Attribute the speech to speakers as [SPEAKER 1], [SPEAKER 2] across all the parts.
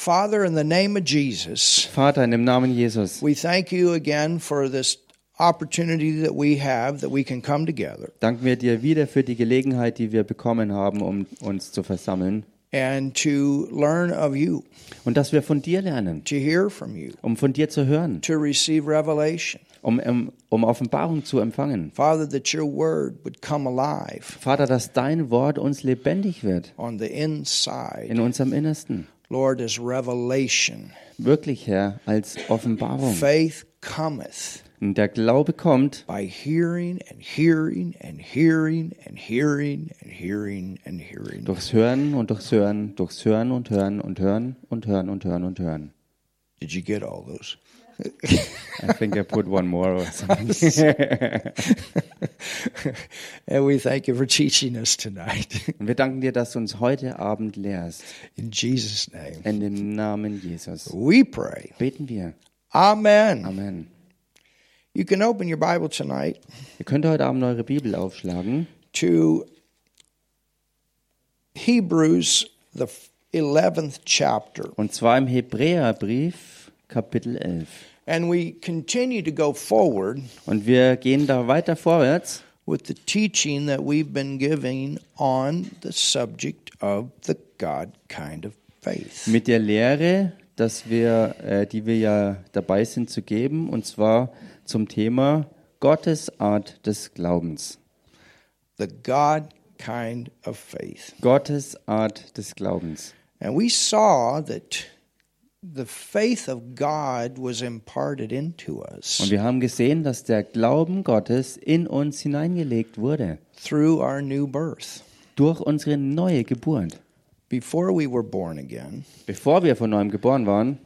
[SPEAKER 1] Father, in the name of Jesus,
[SPEAKER 2] Vater, in dem Namen Jesus,
[SPEAKER 1] we thank you again for this opportunity that we have that we can come together
[SPEAKER 2] danken wir dir wieder für die Gelegenheit, die wir bekommen haben, um uns zu versammeln
[SPEAKER 1] and to learn of you,
[SPEAKER 2] und dass wir von dir lernen,
[SPEAKER 1] to hear from you,
[SPEAKER 2] um von dir zu hören,
[SPEAKER 1] to receive revelation.
[SPEAKER 2] um, um, um Offenbarung zu empfangen.
[SPEAKER 1] Father, that your word would come alive
[SPEAKER 2] Vater, dass dein Wort uns lebendig wird
[SPEAKER 1] on the inside,
[SPEAKER 2] in unserem Innersten.
[SPEAKER 1] Lord, as revelation.
[SPEAKER 2] Wirklich, Herr, als Offenbarung.
[SPEAKER 1] Faith cometh
[SPEAKER 2] Und der Glaube kommt
[SPEAKER 1] by hearing and hearing and hearing and hearing and hearing and hearing.
[SPEAKER 2] durchs Hören und durchs Hören, durchs Hören und Hören und Hören und Hören und Hören und Hören.
[SPEAKER 1] Did you get all those?
[SPEAKER 2] I think I put one more or something.
[SPEAKER 1] and we thank you for teaching us tonight.
[SPEAKER 2] Und wir danken dir, dass du uns heute Abend lehrst.
[SPEAKER 1] In Jesus' name,
[SPEAKER 2] In dem Namen Jesus
[SPEAKER 1] we pray.
[SPEAKER 2] beten wir.
[SPEAKER 1] Amen.
[SPEAKER 2] Amen.
[SPEAKER 1] You can open your Bible tonight
[SPEAKER 2] Ihr könnt heute Abend eure Bibel aufschlagen.
[SPEAKER 1] to Hebrews, the 11th chapter.
[SPEAKER 2] Und zwar im Hebräerbrief, Kapitel 11.
[SPEAKER 1] And we continue to go forward
[SPEAKER 2] Und wir gehen da weiter vorwärts
[SPEAKER 1] with the teaching that we've been giving on the subject of the God kind of faith.
[SPEAKER 2] mit der Lehre, dass wir, äh, die wir ja dabei sind zu geben, und zwar zum Thema Gottes Art des Glaubens.
[SPEAKER 1] The God kind of faith.
[SPEAKER 2] Gottes Art des Glaubens.
[SPEAKER 1] And we saw that the faith of God was imparted into us
[SPEAKER 2] Und wir haben gesehen, dass der Glauben Gottes in uns hineingelegt wurde
[SPEAKER 1] through our new birth.
[SPEAKER 2] durch unsere neue Geburt.
[SPEAKER 1] Before we were born again,
[SPEAKER 2] Bevor wir von neuem geboren waren,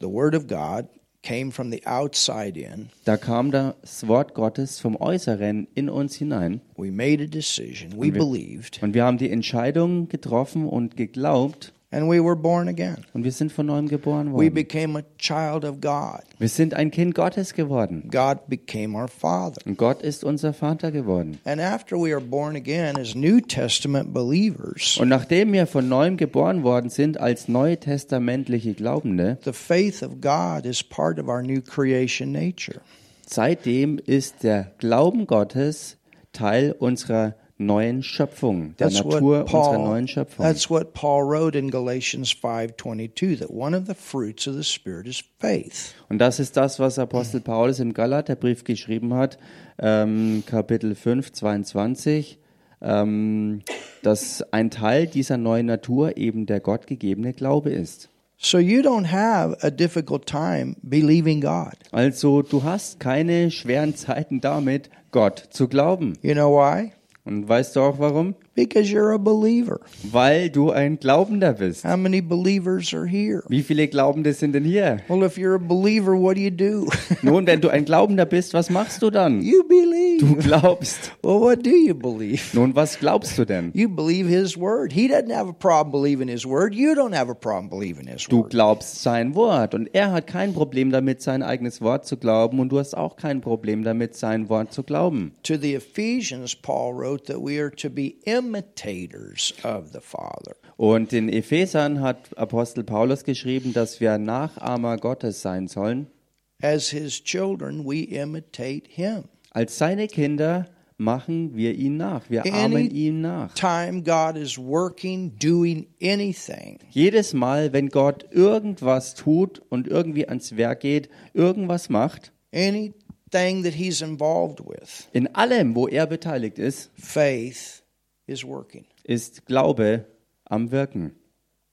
[SPEAKER 1] the Word of God came from the outside in.
[SPEAKER 2] da kam das Wort Gottes vom Äußeren in uns hinein.
[SPEAKER 1] We made a decision, we believed,
[SPEAKER 2] Und wir haben die Entscheidung getroffen und geglaubt
[SPEAKER 1] and we were born again.
[SPEAKER 2] und wir sind von neuem geboren
[SPEAKER 1] We
[SPEAKER 2] worden.
[SPEAKER 1] became a child of God.
[SPEAKER 2] Wir sind ein Kind Gottes geworden.
[SPEAKER 1] God became our Father.
[SPEAKER 2] Und Gott ist unser Vater geworden.
[SPEAKER 1] And after we are born again as New Testament believers,
[SPEAKER 2] Und nachdem wir von neuem geboren worden sind als neutestamentliche Glaubende,
[SPEAKER 1] the faith of God is part of our new creation nature.
[SPEAKER 2] seitdem ist der Glauben Gottes Teil unserer neuen Schöpfung, der
[SPEAKER 1] That's
[SPEAKER 2] Natur
[SPEAKER 1] what Paul,
[SPEAKER 2] unserer neuen Schöpfung.
[SPEAKER 1] That's what Paul wrote in Galatians 5:22 that one of the fruits of the spirit is faith.
[SPEAKER 2] Und das ist das, was Apostel Paulus im Galaterbrief geschrieben hat, ähm, Kapitel 5, 22, ähm, dass ein Teil dieser neuen Natur eben der gottgegebene Glaube ist.
[SPEAKER 1] So you don't have a difficult time believing God.
[SPEAKER 2] Also du hast keine schweren Zeiten damit, Gott zu glauben.
[SPEAKER 1] You know why?
[SPEAKER 2] Und weißt du auch warum?
[SPEAKER 1] Because you're a believer.
[SPEAKER 2] Weil du ein Glaubender bist.
[SPEAKER 1] How many believers are here?
[SPEAKER 2] Wie viele Glaubende sind denn hier?
[SPEAKER 1] Well, if you're a believer, what do you do?
[SPEAKER 2] Nun, wenn du ein Glaubender bist, was machst du dann?
[SPEAKER 1] you believe.
[SPEAKER 2] Du glaubst.
[SPEAKER 1] Well, what do you believe?
[SPEAKER 2] Nun, was glaubst du denn?
[SPEAKER 1] You believe his word. He doesn't have a problem believing his word. You don't have a problem believing his
[SPEAKER 2] Du
[SPEAKER 1] word.
[SPEAKER 2] glaubst sein Wort und er hat kein Problem damit, sein eigenes Wort zu glauben und du hast auch kein Problem damit, sein Wort zu glauben.
[SPEAKER 1] To the Ephesians, Paul wrote that we are to be imitators of the Father.
[SPEAKER 2] Und in Ephesern hat Apostel Paulus geschrieben, dass wir Nachahmer Gottes sein sollen.
[SPEAKER 1] As his children, we imitate him.
[SPEAKER 2] Als seine Kinder machen wir ihn nach, wir ahmen ihm nach.
[SPEAKER 1] Time God is working, doing anything,
[SPEAKER 2] Jedes Mal, wenn Gott irgendwas tut und irgendwie ans Werk geht, irgendwas macht,
[SPEAKER 1] anything that he's involved with,
[SPEAKER 2] in allem, wo er beteiligt ist,
[SPEAKER 1] faith is working.
[SPEAKER 2] ist Glaube am Wirken.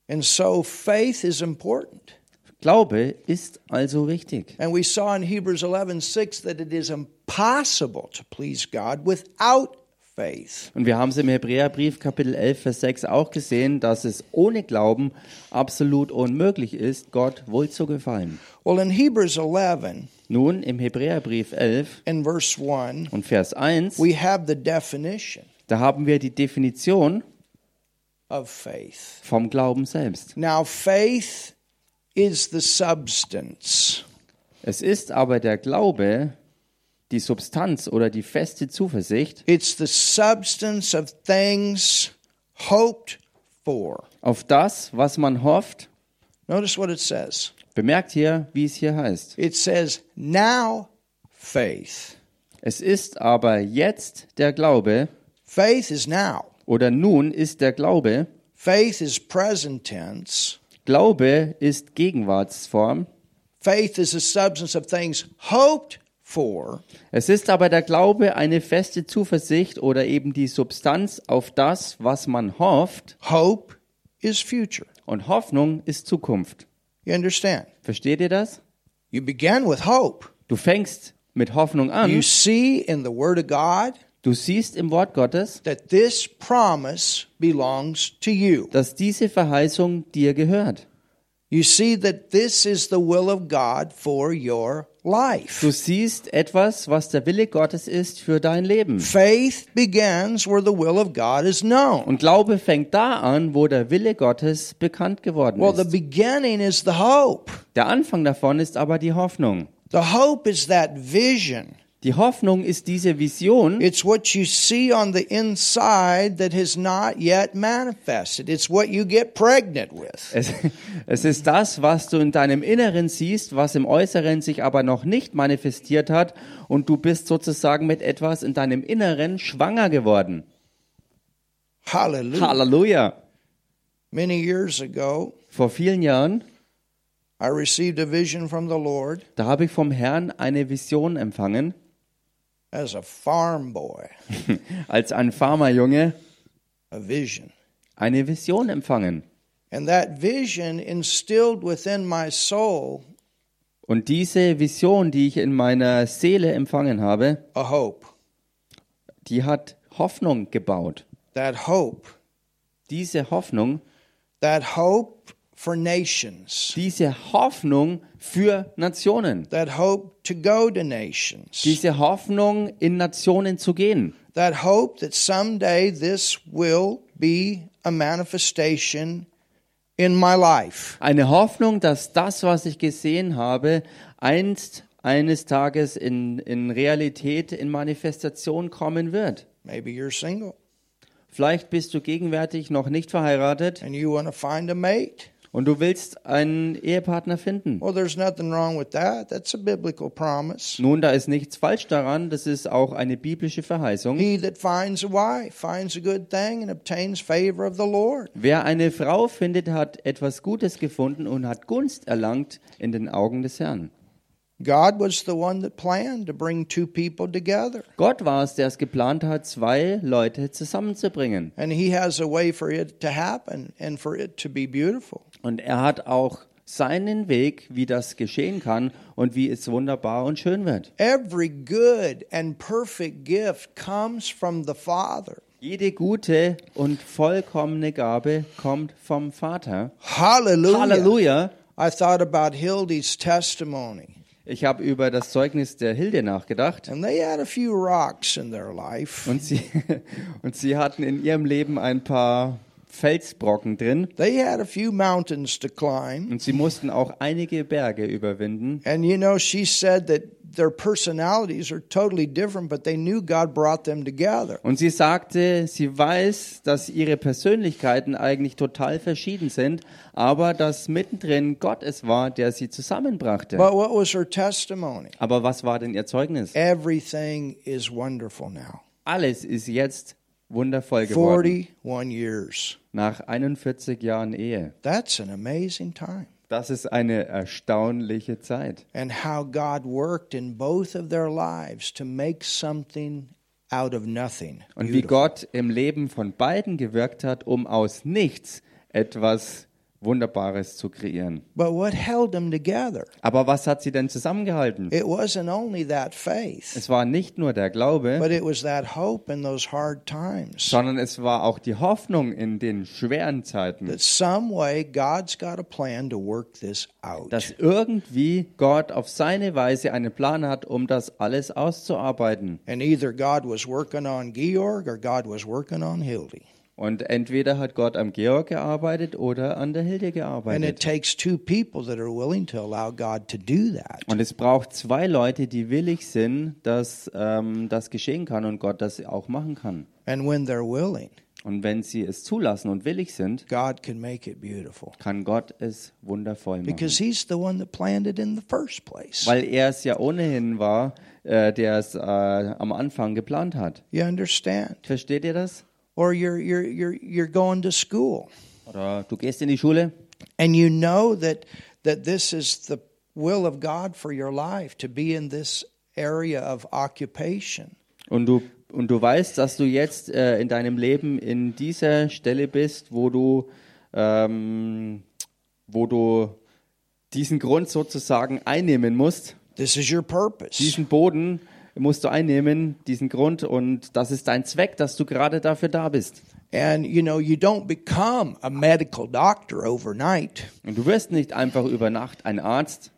[SPEAKER 1] And so faith is important.
[SPEAKER 2] Glaube ist also richtig.
[SPEAKER 1] And we saw in Hebrews 11 6 that it is impossible to please God without faith.
[SPEAKER 2] Und wir haben es im Hebräerbrief Kapitel 11, Vers 6 auch gesehen, dass es ohne Glauben absolut unmöglich ist, Gott wohl zu gefallen.
[SPEAKER 1] Well, in Hebrews 11
[SPEAKER 2] Nun im Hebräerbrief 11
[SPEAKER 1] in verse 1,
[SPEAKER 2] und Vers 1,
[SPEAKER 1] we have the definition
[SPEAKER 2] da haben wir die Definition
[SPEAKER 1] of faith.
[SPEAKER 2] vom Glauben selbst.
[SPEAKER 1] Now, faith is the substance
[SPEAKER 2] Es ist aber der Glaube, die Substanz oder die feste Zuversicht,
[SPEAKER 1] It's the substance of things hoped for,
[SPEAKER 2] auf das, was man hofft,
[SPEAKER 1] Notice what it says.
[SPEAKER 2] Bemerkt hier, wie es hier heißt.
[SPEAKER 1] It says, now faith.
[SPEAKER 2] Es ist aber jetzt der Glaube
[SPEAKER 1] Faith is now.
[SPEAKER 2] oder nun ist der Glaube.
[SPEAKER 1] Faith is present tense.
[SPEAKER 2] Glaube ist Gegenwartsform.
[SPEAKER 1] Faith is the substance of things hoped for,
[SPEAKER 2] Es ist aber der Glaube eine feste Zuversicht oder eben die Substanz auf das, was man hofft.
[SPEAKER 1] hope is future.
[SPEAKER 2] Und Hoffnung ist Zukunft.
[SPEAKER 1] You understand?
[SPEAKER 2] Versteht ihr das?
[SPEAKER 1] You begin with hope.
[SPEAKER 2] Du fängst mit Hoffnung
[SPEAKER 1] You
[SPEAKER 2] an.
[SPEAKER 1] see in the Word of God
[SPEAKER 2] Du siehst im Wort Gottes,
[SPEAKER 1] that this promise belongs to you.
[SPEAKER 2] dass diese Verheißung dir gehört.
[SPEAKER 1] You see that this is the will of God for your life.
[SPEAKER 2] Du siehst etwas, was der Wille Gottes ist für dein Leben.
[SPEAKER 1] Faith begins where the will of God is known.
[SPEAKER 2] Und Glaube fängt da an, wo der Wille Gottes bekannt geworden
[SPEAKER 1] Well, the
[SPEAKER 2] ist.
[SPEAKER 1] beginning is the hope.
[SPEAKER 2] Der Anfang davon ist aber die Hoffnung.
[SPEAKER 1] The hope is that vision.
[SPEAKER 2] Die Hoffnung ist diese Vision.
[SPEAKER 1] It's what you see on the inside that has not yet manifested. It's what you get pregnant with.
[SPEAKER 2] Es, es ist das, was du in deinem Inneren siehst, was im Äußeren sich aber noch nicht manifestiert hat. Und du bist sozusagen mit etwas in deinem Inneren schwanger geworden.
[SPEAKER 1] Hallelujah.
[SPEAKER 2] Halleluja!
[SPEAKER 1] Many years ago,
[SPEAKER 2] Vor vielen Jahren,
[SPEAKER 1] I received a vision from the Lord
[SPEAKER 2] da habe ich vom Herrn eine Vision empfangen,
[SPEAKER 1] as a farm boy.
[SPEAKER 2] als ein Farmerjunge
[SPEAKER 1] A vision.
[SPEAKER 2] eine Vision empfangen.
[SPEAKER 1] And that vision instilled within my soul
[SPEAKER 2] Und diese Vision, die ich in meiner Seele empfangen habe,
[SPEAKER 1] a hope.
[SPEAKER 2] die hat Hoffnung gebaut.
[SPEAKER 1] That hope.
[SPEAKER 2] Diese Hoffnung,
[SPEAKER 1] That hope for nations.
[SPEAKER 2] diese Hoffnung für Nationen,
[SPEAKER 1] That hope to go to nations.
[SPEAKER 2] diese Hoffnung in Nationen zu gehen,
[SPEAKER 1] that hope that someday this will be a manifestation in my life.
[SPEAKER 2] eine Hoffnung, dass das, was ich gesehen habe, einst eines Tages in, in Realität, in Manifestation kommen wird.
[SPEAKER 1] Maybe you're single
[SPEAKER 2] Vielleicht bist du gegenwärtig noch nicht verheiratet
[SPEAKER 1] and you want to find a mate.
[SPEAKER 2] und du willst einen Ehepartner finden.
[SPEAKER 1] Well, there's nothing wrong with that. That's a biblical promise.
[SPEAKER 2] Nun, da ist nichts falsch daran, das ist auch eine biblische Verheißung.
[SPEAKER 1] He that finds a wife finds a good thing and obtains favor of the Lord.
[SPEAKER 2] Wer eine Frau findet, hat etwas Gutes gefunden und hat Gunst erlangt in den Augen des Herrn.
[SPEAKER 1] God was the one that planned to bring two people together,
[SPEAKER 2] Gott war es, der es geplant hat, zwei Leute zusammenzubringen.
[SPEAKER 1] and He has a way for it to happen and for it to be beautiful.
[SPEAKER 2] Und er hat auch seinen Weg, wie das geschehen kann und wie es wunderbar und schön wird.
[SPEAKER 1] Every good and perfect gift comes from the Father.
[SPEAKER 2] Jede gute und vollkommene Gabe kommt vom Vater.
[SPEAKER 1] Hallelujah.
[SPEAKER 2] Halleluja!
[SPEAKER 1] I thought about Hildy's testimony.
[SPEAKER 2] Ich habe über das Zeugnis der Hilde nachgedacht.
[SPEAKER 1] And they had a few rocks in their life.
[SPEAKER 2] Und sie, und sie hatten in ihrem Leben ein paar Felsbrocken drin
[SPEAKER 1] They had a few mountains to climb.
[SPEAKER 2] und sie mussten auch einige Berge überwinden.
[SPEAKER 1] And you know, she said that their personalities are totally different, but they knew God brought them together.
[SPEAKER 2] Und sie sagte, sie weiß, dass ihre Persönlichkeiten eigentlich total verschieden sind, aber dass mittendrin Gott es war, der sie zusammenbrachte.
[SPEAKER 1] But what was her testimony?
[SPEAKER 2] Aber was war denn ihr Zeugnis?
[SPEAKER 1] Everything is wonderful now.
[SPEAKER 2] Alles ist jetzt wundervoll geworden.
[SPEAKER 1] 41 years.
[SPEAKER 2] Nach 41 Jahren Ehe.
[SPEAKER 1] That's an amazing time.
[SPEAKER 2] Das ist eine erstaunliche Zeit.
[SPEAKER 1] And how God worked in both of their lives to make something out of nothing.
[SPEAKER 2] Und wie
[SPEAKER 1] Beautiful.
[SPEAKER 2] Gott im Leben von beiden gewirkt hat, um aus nichts etwas Wunderbares zu kreieren.
[SPEAKER 1] But what held them together?
[SPEAKER 2] Aber was hat sie denn zusammengehalten?
[SPEAKER 1] It wasn't only that faith,
[SPEAKER 2] Es war nicht nur der Glaube,
[SPEAKER 1] but it was that hope in those hard times.
[SPEAKER 2] sondern es war auch die Hoffnung in den schweren Zeiten,
[SPEAKER 1] That some way God's got a plan to work this out.
[SPEAKER 2] dass irgendwie Gott auf seine Weise einen Plan hat, um das alles auszuarbeiten.
[SPEAKER 1] And either God was working on Georg or God was working on Hildy.
[SPEAKER 2] Und entweder hat Gott am Georg gearbeitet oder an der Hilde
[SPEAKER 1] And it
[SPEAKER 2] gearbeitet.
[SPEAKER 1] takes two people that are willing to allow God to do that.
[SPEAKER 2] Und es braucht zwei Leute, die willig sind, dass ähm, das geschehen kann und Gott das auch machen kann.
[SPEAKER 1] And when they're willing,
[SPEAKER 2] Und wenn sie es zulassen und willig sind,
[SPEAKER 1] God can make it beautiful
[SPEAKER 2] kann Gott es wundervoll machen.
[SPEAKER 1] because He's the one that planned it in the first place.
[SPEAKER 2] Weil er es ja ohnehin war, äh, der es äh, am Anfang geplant hat.
[SPEAKER 1] You understand?
[SPEAKER 2] Versteht ihr das?
[SPEAKER 1] Or you're, you're, you're, you're going to school
[SPEAKER 2] Oder du gehst in die Schule
[SPEAKER 1] and you know that, that this is the will of God for your life to be in this area of occupation.
[SPEAKER 2] und du, und du weißt, dass du jetzt äh, in deinem Leben in dieser Stelle bist, wo du, ähm, wo du diesen Grund sozusagen einnehmen musst.
[SPEAKER 1] This is your purpose.
[SPEAKER 2] Diesen Boden musst du einnehmen, diesen Grund. Und das ist dein Zweck, dass du gerade dafür da bist.
[SPEAKER 1] And you know, you don't become a medical doctor overnight
[SPEAKER 2] Und du wirst nicht einfach über Nacht ein Arzt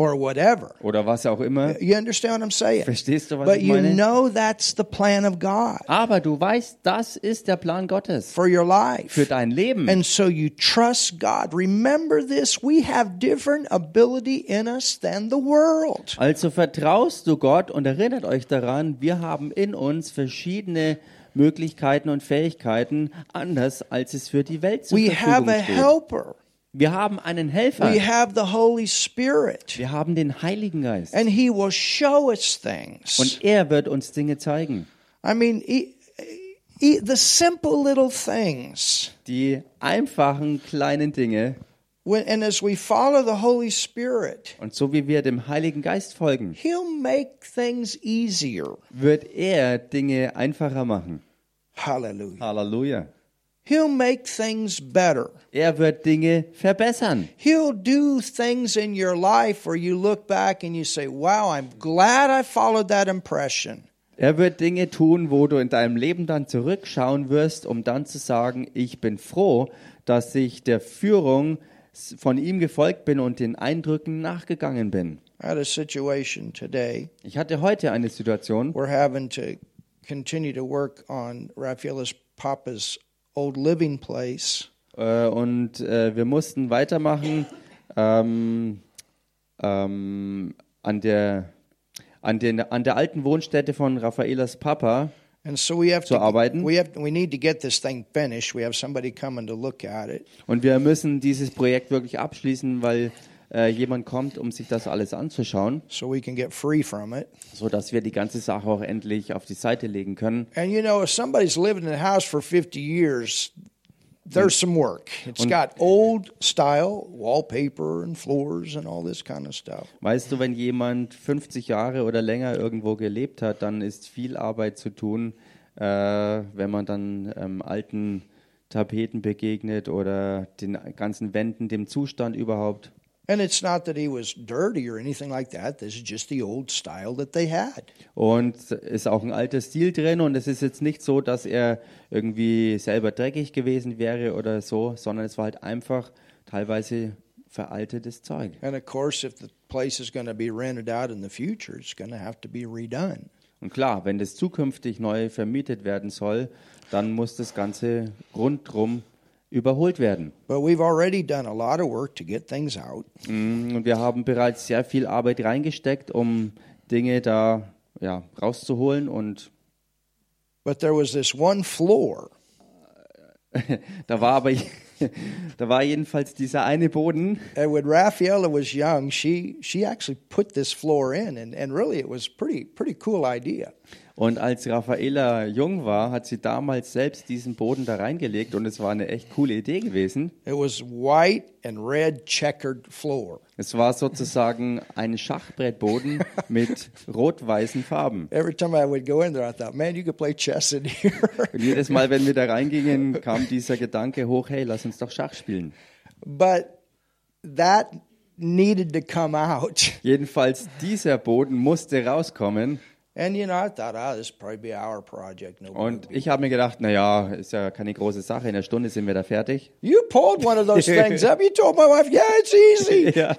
[SPEAKER 1] or whatever.
[SPEAKER 2] oder was auch immer.
[SPEAKER 1] You understand what I'm saying?
[SPEAKER 2] Verstehst du, was
[SPEAKER 1] But
[SPEAKER 2] ich
[SPEAKER 1] you
[SPEAKER 2] meine?
[SPEAKER 1] know that's the plan of God
[SPEAKER 2] Aber du weißt, das ist der Plan Gottes
[SPEAKER 1] for your life.
[SPEAKER 2] für dein Leben.
[SPEAKER 1] And so you trust God. Remember this we have different ability in us than the world.
[SPEAKER 2] Also vertraust du Gott und erinnert euch daran, wir haben in uns verschiedene Möglichkeiten und Fähigkeiten, anders als es für die Welt zur
[SPEAKER 1] We have a
[SPEAKER 2] Verfügung steht.
[SPEAKER 1] helper,
[SPEAKER 2] Wir haben einen Helfer,
[SPEAKER 1] we have the Holy Spirit,
[SPEAKER 2] wir haben den Heiligen Geist
[SPEAKER 1] and He will show us things.
[SPEAKER 2] und er wird uns Dinge zeigen.
[SPEAKER 1] I mean, e- e- the simple little things.
[SPEAKER 2] Die einfachen kleinen Dinge
[SPEAKER 1] When, and as we follow the Holy Spirit,
[SPEAKER 2] und so wie wir dem Heiligen Geist folgen,
[SPEAKER 1] He'll make things easier.
[SPEAKER 2] wird er Dinge einfacher machen.
[SPEAKER 1] Hallelujah.
[SPEAKER 2] Halleluja.
[SPEAKER 1] He'll make things better.
[SPEAKER 2] Er wird Dinge verbessern.
[SPEAKER 1] He'll do things in your life where you look back and you say, Wow, I'm glad I followed that impression.
[SPEAKER 2] Er wird Dinge tun, wo du in deinem Leben dann zurückschauen wirst, um dann zu sagen, ich bin froh, dass ich der Führung s- von ihm gefolgt bin und den Eindrücken nachgegangen bin.
[SPEAKER 1] I had a situation today.
[SPEAKER 2] Ich hatte heute eine Situation,
[SPEAKER 1] We're having to continue to work on Raphaelis Papa's old living place.
[SPEAKER 2] äh, und äh, wir mussten weitermachen ähm, ähm, an, der, an, den, an der alten Wohnstätte von Raffaelas Papa.
[SPEAKER 1] And so we have
[SPEAKER 2] Zu
[SPEAKER 1] to
[SPEAKER 2] arbeiten.
[SPEAKER 1] we have we need to get this thing finished. We have somebody coming to look at it.
[SPEAKER 2] Und wir müssen dieses Projekt wirklich abschließen, weil äh, jemand kommt, um sich das alles anzuschauen.
[SPEAKER 1] so we can get free from it.
[SPEAKER 2] so dass wir die ganze Sache auch endlich auf die Seite legen können.
[SPEAKER 1] And you know, if somebody's living in a house for 50 years, there's some work. It's got old style wallpaper and floors and all this kind of stuff.
[SPEAKER 2] Weißt du, wenn jemand 50 Jahre oder länger irgendwo gelebt hat, dann ist viel Arbeit zu tun, äh, wenn man dann ähm, alten Tapeten begegnet oder den ganzen Wänden, dem Zustand überhaupt.
[SPEAKER 1] And it's not that he was dirty or anything like that. This is just the old style that they had.
[SPEAKER 2] Und ist auch ein alter Stil drin und es ist jetzt nicht so, dass er irgendwie selber dreckig gewesen wäre oder so, sondern es war halt einfach teilweise veraltetes Zeug.
[SPEAKER 1] And of course, if the place is going to be rented out in the future, it's going to have to be redone.
[SPEAKER 2] Und klar, wenn das zukünftig neu vermietet werden soll, dann muss das Ganze rundrum überholt werden.
[SPEAKER 1] But we've already done a lot of work to get things out.
[SPEAKER 2] Mm, Und wir haben bereits sehr viel Arbeit reingesteckt, um Dinge da ja, rauszuholen. Und
[SPEAKER 1] But there was this one floor
[SPEAKER 2] da war aber da war jedenfalls dieser eine Boden.
[SPEAKER 1] And when Raffaella was young, she she actually put this floor in, and, and really it was pretty pretty cool idea.
[SPEAKER 2] Und als Raffaela jung war, hat sie damals selbst diesen Boden da reingelegt und es war eine echt coole Idee gewesen.
[SPEAKER 1] It was white and red checkered floor.
[SPEAKER 2] Es war sozusagen ein Schachbrettboden mit rot-weißen Farben.
[SPEAKER 1] Every time I would go in there, I thought, man, you could play chess in here.
[SPEAKER 2] Und jedes Mal, wenn wir da reingingen, kam dieser Gedanke hoch, hey, lass uns doch Schach spielen.
[SPEAKER 1] but that needed to come out.
[SPEAKER 2] Jedenfalls, dieser Boden musste rauskommen.
[SPEAKER 1] And you know, I thought, ah, this would probably be our project. No big
[SPEAKER 2] Und ich habe mir gedacht, naja, ist ja keine große Sache, in einer Stunde sind wir da fertig.
[SPEAKER 1] You pulled one of those things up. You told my wife, yeah, it's easy.
[SPEAKER 2] Ja.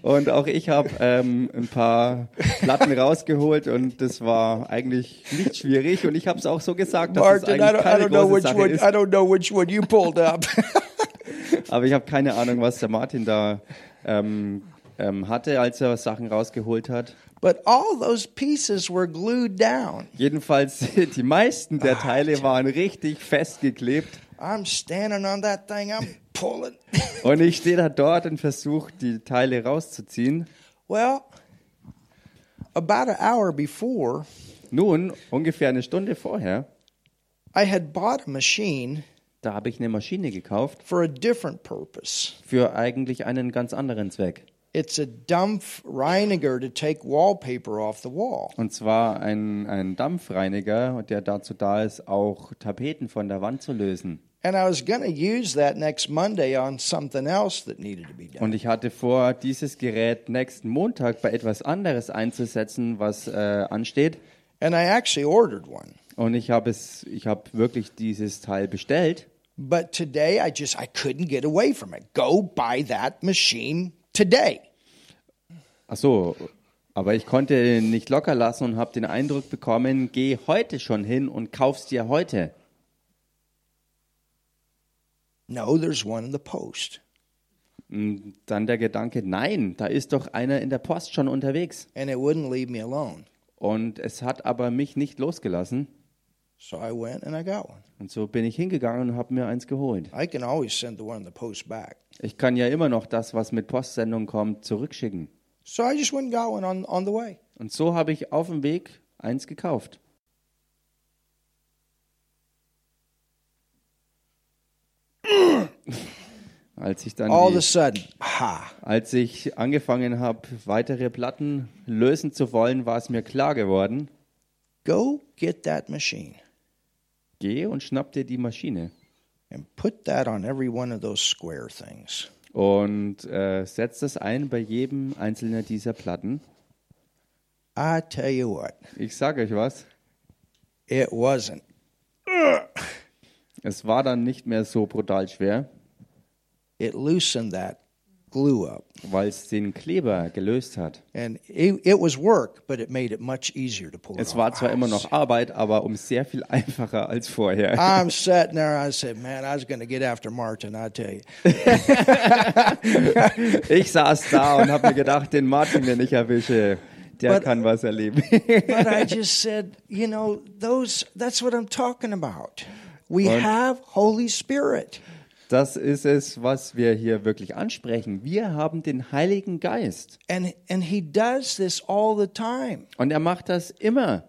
[SPEAKER 2] Und auch ich habe ähm, ein paar Platten rausgeholt und das war eigentlich nicht schwierig. Und ich habe es auch so gesagt, dass es
[SPEAKER 1] Martin, I don't, I
[SPEAKER 2] eigentlich keine
[SPEAKER 1] don't know
[SPEAKER 2] große
[SPEAKER 1] which
[SPEAKER 2] Sache
[SPEAKER 1] one.
[SPEAKER 2] ist.
[SPEAKER 1] I don't know which one you pulled up.
[SPEAKER 2] Aber ich habe keine Ahnung, was der Martin da ähm, ähm, hatte, als er Sachen rausgeholt hat.
[SPEAKER 1] But all those pieces were glued down.
[SPEAKER 2] Jedenfalls, die meisten der Teile waren richtig festgeklebt.
[SPEAKER 1] I'm standing on that thing, I'm pulling.
[SPEAKER 2] Und ich stehe da dort und versuche, die Teile rauszuziehen.
[SPEAKER 1] well, about an hour before,
[SPEAKER 2] Nun, ungefähr eine Stunde vorher,
[SPEAKER 1] I had bought a machine
[SPEAKER 2] da habe ich eine Maschine gekauft
[SPEAKER 1] for a different purpose.
[SPEAKER 2] für eigentlich einen ganz anderen Zweck.
[SPEAKER 1] It's a Dampf Reiniger to take wallpaper off the wall.
[SPEAKER 2] Und zwar ein, ein Dampfreiniger, der dazu da ist, auch Tapeten von der Wand zu lösen.
[SPEAKER 1] And I was going to use that next Monday on something else that needed to be done.
[SPEAKER 2] Und ich hatte vor, dieses Gerät nächsten Montag bei etwas anderes einzusetzen, was äh, ansteht.
[SPEAKER 1] And I actually ordered one.
[SPEAKER 2] Und ich habe es, ich habe wirklich dieses Teil bestellt.
[SPEAKER 1] But today I just I couldn't get away from it. Go buy that machine today.
[SPEAKER 2] Ach so, aber ich konnte nicht locker lassen und habe den Eindruck bekommen, geh heute schon hin und kauf's dir heute.
[SPEAKER 1] No, there's one in the post.
[SPEAKER 2] Und Hm, dann der Gedanke, nein, da ist doch einer in der Post schon unterwegs.
[SPEAKER 1] And it wouldn't leave me alone.
[SPEAKER 2] Und es hat aber mich nicht losgelassen.
[SPEAKER 1] So I went and I got one.
[SPEAKER 2] Und so bin ich hingegangen und habe mir eins geholt.
[SPEAKER 1] I can always send the one in the post back.
[SPEAKER 2] Ich kann ja immer noch das, was mit Postsendung kommt, zurückschicken.
[SPEAKER 1] So I just went and got one on, on the way.
[SPEAKER 2] Und so habe ich auf dem Weg eins gekauft. Als ich dann
[SPEAKER 1] All of
[SPEAKER 2] die,
[SPEAKER 1] a sudden, ha.
[SPEAKER 2] als ich angefangen habe, weitere Platten lösen zu wollen, war es mir klar geworden,
[SPEAKER 1] Go get that machine
[SPEAKER 2] geh und schnapp dir die Maschine
[SPEAKER 1] and put that on every one of those square things.
[SPEAKER 2] und äh, setz das ein bei jedem einzelnen dieser Platten.
[SPEAKER 1] I tell you what,
[SPEAKER 2] Ich sage euch was,
[SPEAKER 1] it wasn't.
[SPEAKER 2] es war dann nicht mehr so brutal schwer,
[SPEAKER 1] It loosened that glue up.
[SPEAKER 2] weil es den Kleber gelöst hat.
[SPEAKER 1] And it, it was work, but it made it much easier to pull it
[SPEAKER 2] Es
[SPEAKER 1] off.
[SPEAKER 2] war zwar immer noch Arbeit, aber um sehr viel einfacher als vorher.
[SPEAKER 1] I'm sitting there. I said, "Man, I was going to get after Martin." I tell you,
[SPEAKER 2] Ich saß da und habe mir gedacht, den Martin, den ich erwische, der
[SPEAKER 1] But-
[SPEAKER 2] kann was erleben.
[SPEAKER 1] but I just said, you know, those. That's what I'm talking about. We
[SPEAKER 2] Und-
[SPEAKER 1] have Holy Spirit.
[SPEAKER 2] Das ist es, was wir hier wirklich ansprechen. Wir haben den Heiligen Geist
[SPEAKER 1] And, and he does this all the time.
[SPEAKER 2] und er macht das immer.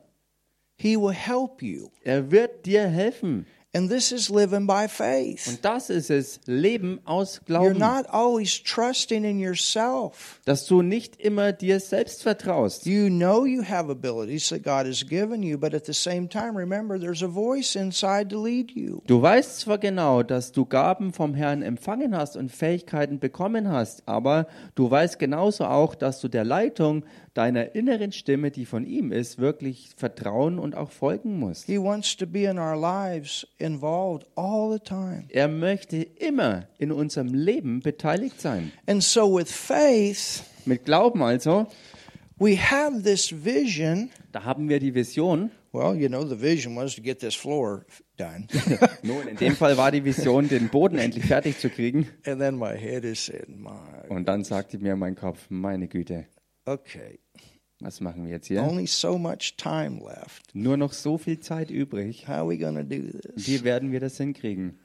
[SPEAKER 1] He will help you.
[SPEAKER 2] Er wird dir helfen.
[SPEAKER 1] And this is living by faith.
[SPEAKER 2] Und das ist es, Leben aus
[SPEAKER 1] You're
[SPEAKER 2] Glauben,
[SPEAKER 1] not always trusting in yourself.
[SPEAKER 2] dass du nicht immer dir selbst vertraust.
[SPEAKER 1] You know you have abilities that God has given you, but at the same time, remember there's a voice inside to lead you.
[SPEAKER 2] Du weißt zwar genau, dass du Gaben vom Herrn empfangen hast und Fähigkeiten bekommen hast, aber du weißt genauso auch, dass du der Leitung deiner inneren Stimme, die von ihm ist, wirklich vertrauen und auch folgen musst.
[SPEAKER 1] He wants to be in our lives involved all the time.
[SPEAKER 2] Er möchte immer in unserem Leben beteiligt sein.
[SPEAKER 1] And so, with faith,
[SPEAKER 2] Mit Glauben also,
[SPEAKER 1] we have this vision.
[SPEAKER 2] da haben wir die Vision.
[SPEAKER 1] Well, you know, the vision was to get this floor done.
[SPEAKER 2] Nun, in dem Fall war die Vision, den Boden endlich fertig zu kriegen.
[SPEAKER 1] and then my head is saying, My,
[SPEAKER 2] Und dann sagte mir mein Kopf, meine Güte,
[SPEAKER 1] okay,
[SPEAKER 2] was machen wir jetzt hier?
[SPEAKER 1] only so much time left.
[SPEAKER 2] Nur noch so viel Zeit übrig.
[SPEAKER 1] How are we going to do this?
[SPEAKER 2] Wie werden wir das hinkriegen?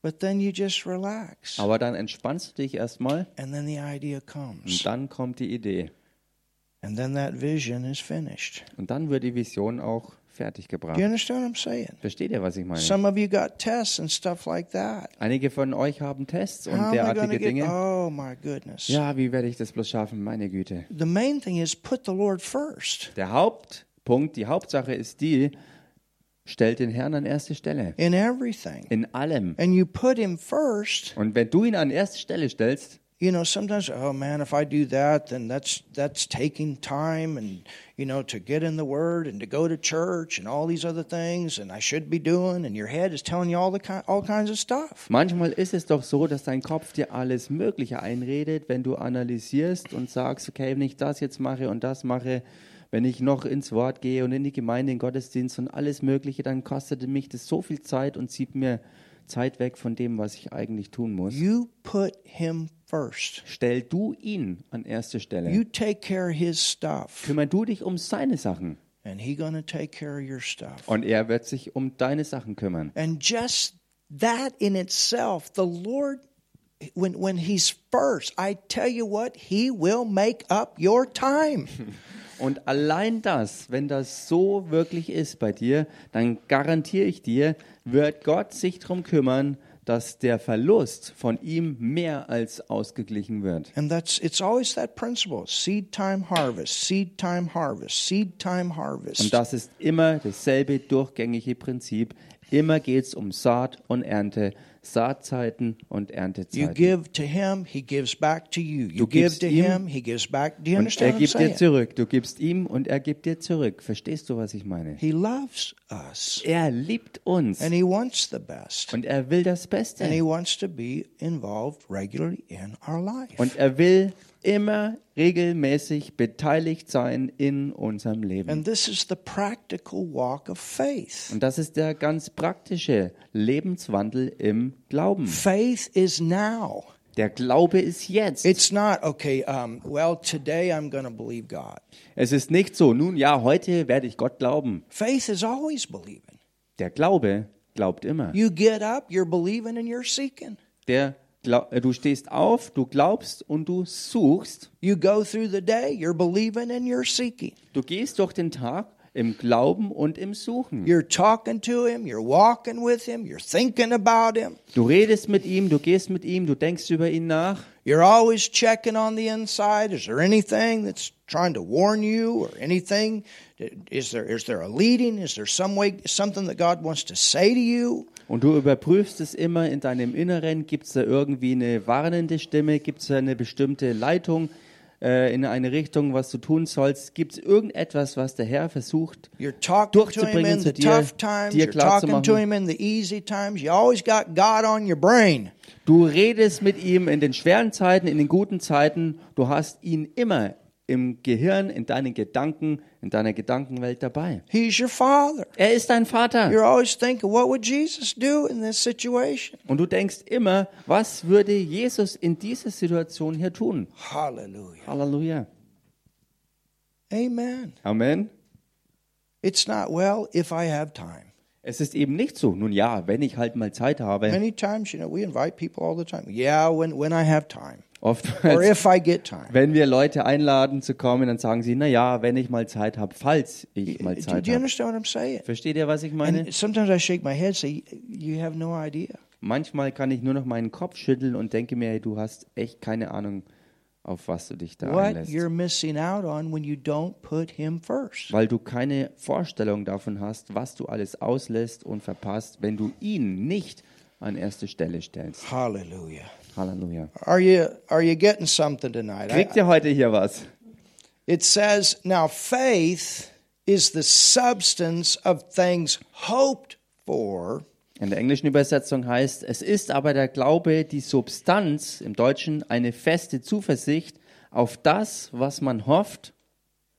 [SPEAKER 1] But then you just relax.
[SPEAKER 2] Aber dann entspannst du dich erstmal
[SPEAKER 1] And then the idea comes.
[SPEAKER 2] und dann kommt die Idee.
[SPEAKER 1] And then that vision is finished.
[SPEAKER 2] Und dann wird die Vision auch
[SPEAKER 1] Do you
[SPEAKER 2] fertiggebracht.
[SPEAKER 1] understand what I'm saying?
[SPEAKER 2] Versteht ihr, was ich meine?
[SPEAKER 1] Some of you got tests and stuff like that.
[SPEAKER 2] Einige von euch haben Tests
[SPEAKER 1] How
[SPEAKER 2] und
[SPEAKER 1] am I going to
[SPEAKER 2] derartige
[SPEAKER 1] get?
[SPEAKER 2] Dinge.
[SPEAKER 1] Oh my goodness!
[SPEAKER 2] Ja, wie werde ich das bloß schaffen? Meine Güte.
[SPEAKER 1] The main thing is put the Lord first
[SPEAKER 2] Der Hauptpunkt, die Hauptsache ist die, stellt den Herrn an erste Stelle.
[SPEAKER 1] in everything,
[SPEAKER 2] In allem.
[SPEAKER 1] and you put Him first.
[SPEAKER 2] Und wenn du ihn an erste Stelle stellst,
[SPEAKER 1] You know, sometimes, oh man, if I do that, then that's that's taking time, and you know, to get in the Word and to go to church and all these other things, and I should be doing, and your head is telling you all the ki- all kinds of stuff.
[SPEAKER 2] manchmal ist es doch so, dass dein Kopf dir alles Mögliche einredet, wenn du analysierst und sagst, okay, wenn ich das jetzt mache und das mache, wenn ich noch ins Wort gehe und in die Gemeinde, in den Gottesdienst und alles Mögliche, dann kostet mich das so viel Zeit und zieht mir Zeit weg von dem, was ich eigentlich tun muss.
[SPEAKER 1] You put Him first.
[SPEAKER 2] Stell du ihn an erste Stelle.
[SPEAKER 1] You take care of his stuff,
[SPEAKER 2] Kümmer du dich um seine Sachen.
[SPEAKER 1] and he gonna take care of your stuff.
[SPEAKER 2] Und er wird sich um deine Sachen kümmern.
[SPEAKER 1] And just that in itself, the Lord, when when He's first, I tell you what, He will make up your time.
[SPEAKER 2] Und allein das, wenn das so wirklich ist bei dir, dann garantiere ich dir, wird Gott sich darum kümmern, dass der Verlust von ihm mehr als ausgeglichen wird.
[SPEAKER 1] And that's it's always that principle: seed time, harvest, seed time, harvest, seed time, harvest.
[SPEAKER 2] Und das ist immer dasselbe durchgängige Prinzip. Immer geht es um Saat und Ernte, Saatzeiten und
[SPEAKER 1] you
[SPEAKER 2] Erntezeiten.
[SPEAKER 1] give to Him, He gives back to you. You
[SPEAKER 2] Du
[SPEAKER 1] give
[SPEAKER 2] gibst
[SPEAKER 1] to
[SPEAKER 2] ihm
[SPEAKER 1] Him, He gives back. Do you
[SPEAKER 2] Und er
[SPEAKER 1] understand
[SPEAKER 2] gibt
[SPEAKER 1] what I'm
[SPEAKER 2] dir
[SPEAKER 1] saying?
[SPEAKER 2] zurück. Du gibst ihm und er gibt dir zurück. Verstehst du, was ich meine?
[SPEAKER 1] He loves us,
[SPEAKER 2] Er liebt uns
[SPEAKER 1] and He wants the best,
[SPEAKER 2] und er will das Beste.
[SPEAKER 1] and He wants to be involved regularly in our life.
[SPEAKER 2] Und er will immer regelmäßig beteiligt sein in unserem Leben.
[SPEAKER 1] And this is the practical walk of faith.
[SPEAKER 2] Und das ist der ganz praktische Lebenswandel im Glauben.
[SPEAKER 1] Faith is now.
[SPEAKER 2] Der Glaube ist jetzt.
[SPEAKER 1] It's not, okay, um, well, today I'm going to believe God.
[SPEAKER 2] Es ist nicht so, nun ja, heute werde ich Gott glauben.
[SPEAKER 1] Faith is always believing.
[SPEAKER 2] Der Glaube glaubt immer.
[SPEAKER 1] You get up, you're believing and you're seeking.
[SPEAKER 2] Der Glau äh, du stehst auf, du glaubst und du suchst.
[SPEAKER 1] You go through the day, you're believing and you're seeking.
[SPEAKER 2] Du gehst durch den Tag im Glauben und im Suchen.
[SPEAKER 1] You're talking to Him, you're walking with Him, you're thinking about Him,
[SPEAKER 2] Du redest mit ihm, du gehst mit ihm, du denkst über ihn nach.
[SPEAKER 1] you're always checking on the inside. Is there anything that's trying to warn you or anything? Is there, is there a leading? Is there some way, something that God wants to say to you?
[SPEAKER 2] Und du überprüfst es immer in deinem Inneren, gibt es da irgendwie eine warnende Stimme, gibt es da eine bestimmte Leitung äh, in eine Richtung, was du tun sollst, gibt es irgendetwas, was der Herr versucht.
[SPEAKER 1] You're talking to him
[SPEAKER 2] durchzubringen
[SPEAKER 1] in
[SPEAKER 2] zu
[SPEAKER 1] the
[SPEAKER 2] dir,
[SPEAKER 1] tough times.
[SPEAKER 2] dir
[SPEAKER 1] You're
[SPEAKER 2] klar zu
[SPEAKER 1] talking to
[SPEAKER 2] machen.
[SPEAKER 1] him in the easy times. You always got God on your brain.
[SPEAKER 2] Du redest mit ihm in den schweren Zeiten, in den guten Zeiten, du hast ihn immer im Gehirn, in deinen Gedanken, in deiner Gedankenwelt dabei.
[SPEAKER 1] He's your father.
[SPEAKER 2] Er ist dein Vater
[SPEAKER 1] You're always thinking, what would Jesus do in this situation?
[SPEAKER 2] und du denkst immer, was würde Jesus in dieser Situation hier tun?
[SPEAKER 1] Hallelujah.
[SPEAKER 2] Halleluja.
[SPEAKER 1] Amen.
[SPEAKER 2] Amen.
[SPEAKER 1] It's not, well, if I have time.
[SPEAKER 2] Es ist eben nicht so, nun ja, wenn ich halt mal Zeit habe,
[SPEAKER 1] Many times, you know, we invite people all the time. Yeah, when, when I have time. Or
[SPEAKER 2] oftmals,
[SPEAKER 1] if I get time.
[SPEAKER 2] wenn wir Leute einladen zu kommen, dann sagen sie, naja, wenn ich mal Zeit habe, falls ich mal
[SPEAKER 1] Do,
[SPEAKER 2] Zeit
[SPEAKER 1] do you
[SPEAKER 2] habe.
[SPEAKER 1] understand what I'm saying?
[SPEAKER 2] Versteht ihr, was ich meine?
[SPEAKER 1] And sometimes I shake my head and say, you have no idea.
[SPEAKER 2] Manchmal kann ich nur noch meinen Kopf schütteln und denke mir, hey, du hast echt keine Ahnung, auf was du dich da
[SPEAKER 1] What
[SPEAKER 2] einlässt.
[SPEAKER 1] you're missing out on when you don't put him first.
[SPEAKER 2] Weil du keine Vorstellung davon hast, was du alles auslässt und verpasst, wenn du ihn nicht an erste Stelle stellst.
[SPEAKER 1] Hallelujah.
[SPEAKER 2] Halleluja.
[SPEAKER 1] Are you are you getting something tonight? I-
[SPEAKER 2] Kriegt ihr heute hier was?
[SPEAKER 1] it says now faith is the substance of things hoped for,
[SPEAKER 2] In der englischen Übersetzung heißt, es ist aber der Glaube die Substanz, im Deutschen eine feste Zuversicht auf das, was man hofft.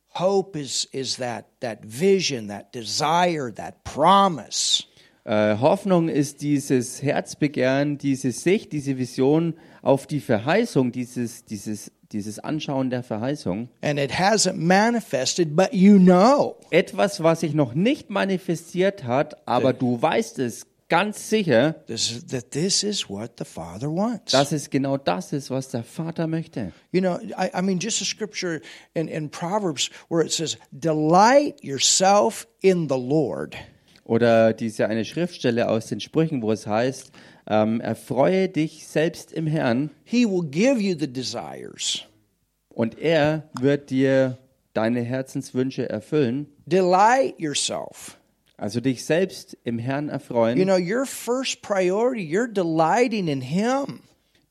[SPEAKER 1] hope is is that that vision, that desire, that promise.
[SPEAKER 2] Äh, Hoffnung ist dieses Herzbegehren, diese Sicht, diese Vision auf die Verheißung, dieses, dieses, dieses Anschauen der Verheißung.
[SPEAKER 1] And it hasn't manifested, but you know.
[SPEAKER 2] Etwas, was sich noch nicht manifestiert hat, aber du weißt es ganz sicher,
[SPEAKER 1] This is, that this is what the Father wants.
[SPEAKER 2] dass es genau das ist, was der Vater möchte.
[SPEAKER 1] You know, I, I mean, just a scripture in, in Proverbs where it says, Delight yourself in the Lord.
[SPEAKER 2] Oder diese eine Schriftstelle aus den Sprüchen, wo es heißt, ähm, erfreue dich selbst im Herrn
[SPEAKER 1] He will give you the desires.
[SPEAKER 2] und er wird dir deine Herzenswünsche erfüllen.
[SPEAKER 1] Delight yourself.
[SPEAKER 2] Also dich selbst im Herrn erfreuen.
[SPEAKER 1] You know, your first priority, you're delighting in Him.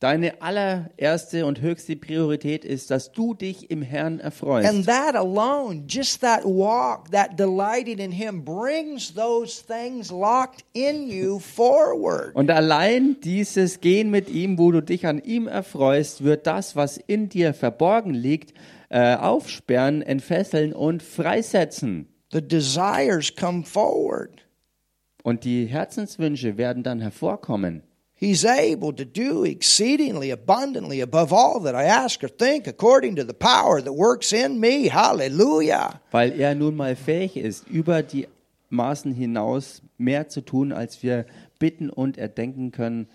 [SPEAKER 2] Deine allererste und höchste Priorität ist, dass du dich im Herrn
[SPEAKER 1] And
[SPEAKER 2] erfreust.
[SPEAKER 1] that alone, just that walk, that delighting in Him brings those things locked in you forward.
[SPEAKER 2] Und allein dieses Gehen mit ihm, wo du dich an ihm erfreust, wird das, was in dir verborgen liegt, äh, aufsperren, entfesseln und freisetzen.
[SPEAKER 1] The desires come forward.
[SPEAKER 2] Und die Herzenswünsche werden dann hervorkommen.
[SPEAKER 1] He- He's able to do exceedingly abundantly above all that I ask or think, according to the power that works in me. Hallelujah.
[SPEAKER 2] weil er nun mal fähig ist, über die Maßen hinaus mehr zu tun, als wir bitten und erdenken können,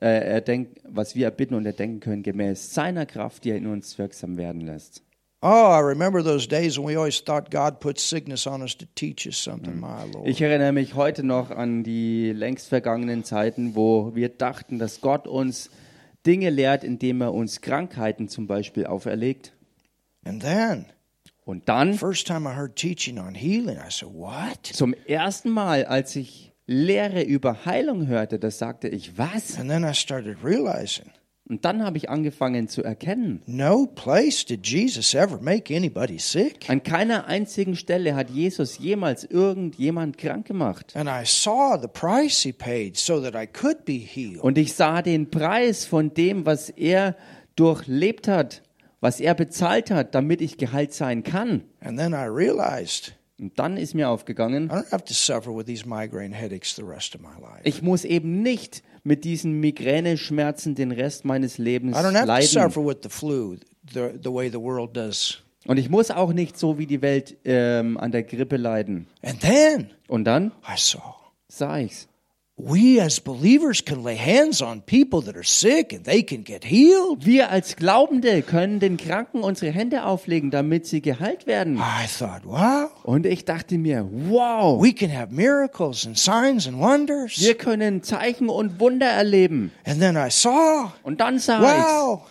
[SPEAKER 2] äh, erdenk, was wir erbitten und erdenken können, gemäß seiner Kraft, die er in uns wirksam werden lässt.
[SPEAKER 1] Oh, I remember those days when we always thought God put sickness on us to teach us something, my Lord.
[SPEAKER 2] Ich erinnere mich heute noch an die längst vergangenen Zeiten, wo wir dachten, dass Gott uns Dinge lehrt, indem er uns Krankheiten zum Beispiel auferlegt.
[SPEAKER 1] And then,
[SPEAKER 2] Und dann
[SPEAKER 1] first time I heard teaching on healing, I said, What?
[SPEAKER 2] zum ersten Mal, als ich Lehre über Heilung hörte, das sagte ich, was?
[SPEAKER 1] And then I started realizing
[SPEAKER 2] Und dann habe ich angefangen zu erkennen,
[SPEAKER 1] no place did Jesus ever make anybody sick.
[SPEAKER 2] An keiner einzigen Stelle hat Jesus jemals irgendjemand krank gemacht.
[SPEAKER 1] And I saw the price he paid so that I could be healed.
[SPEAKER 2] Und ich sah den Preis von dem, was er durchlebt hat, was er bezahlt hat, damit ich geheilt sein kann.
[SPEAKER 1] And then I realized
[SPEAKER 2] Und dann ist mir aufgegangen,
[SPEAKER 1] I don't have to suffer with these migraine headaches the rest of my life.
[SPEAKER 2] ich muss eben nicht mit diesen Migräneschmerzen den Rest meines Lebens
[SPEAKER 1] I don't have to
[SPEAKER 2] leiden.
[SPEAKER 1] suffer with the flu the, the way the world does.
[SPEAKER 2] Und ich muss auch nicht so wie die Welt ähm, an der Grippe leiden.
[SPEAKER 1] And then
[SPEAKER 2] Und dann
[SPEAKER 1] I saw
[SPEAKER 2] sah ich's.
[SPEAKER 1] we as believers can lay hands on people that are sick and they can get healed.
[SPEAKER 2] Wir als Glaubende können den Kranken unsere Hände auflegen, damit sie geheilt werden.
[SPEAKER 1] I thought, wow,
[SPEAKER 2] Und ich dachte mir, wow,
[SPEAKER 1] we can have miracles and signs and wonders.
[SPEAKER 2] wir können Zeichen und Wunder erleben.
[SPEAKER 1] And then I saw,
[SPEAKER 2] Und dann sah
[SPEAKER 1] wow.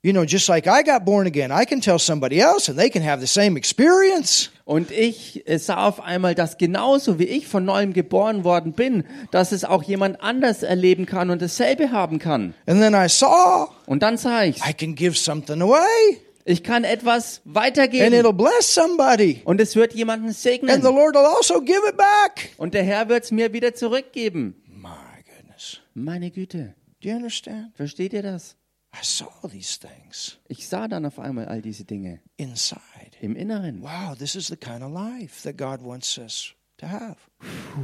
[SPEAKER 1] You know, just like I got born again, I can tell somebody else and they can have the same experience.
[SPEAKER 2] ich's. Und ich äh, sah auf einmal, dass genauso wie ich von neuem geboren worden bin, dass es auch jemand anders erleben kann und dasselbe haben kann.
[SPEAKER 1] And then I saw,
[SPEAKER 2] Und dann sah ich's.
[SPEAKER 1] I can give something away
[SPEAKER 2] Ich kann etwas
[SPEAKER 1] and
[SPEAKER 2] weitergeben
[SPEAKER 1] it'll bless somebody.
[SPEAKER 2] und es wird jemanden
[SPEAKER 1] And the
[SPEAKER 2] segnen.
[SPEAKER 1] Lord will also give it back.
[SPEAKER 2] Und der Herr wird's mir wieder zurückgeben.
[SPEAKER 1] My goodness.
[SPEAKER 2] Meine Güte,
[SPEAKER 1] Do you understand?
[SPEAKER 2] versteht ihr das?
[SPEAKER 1] I saw these things
[SPEAKER 2] Ich sah dann auf einmal all diese Dinge
[SPEAKER 1] inside.
[SPEAKER 2] im Inneren.
[SPEAKER 1] Wow, this is the kind of life that God wants us to have.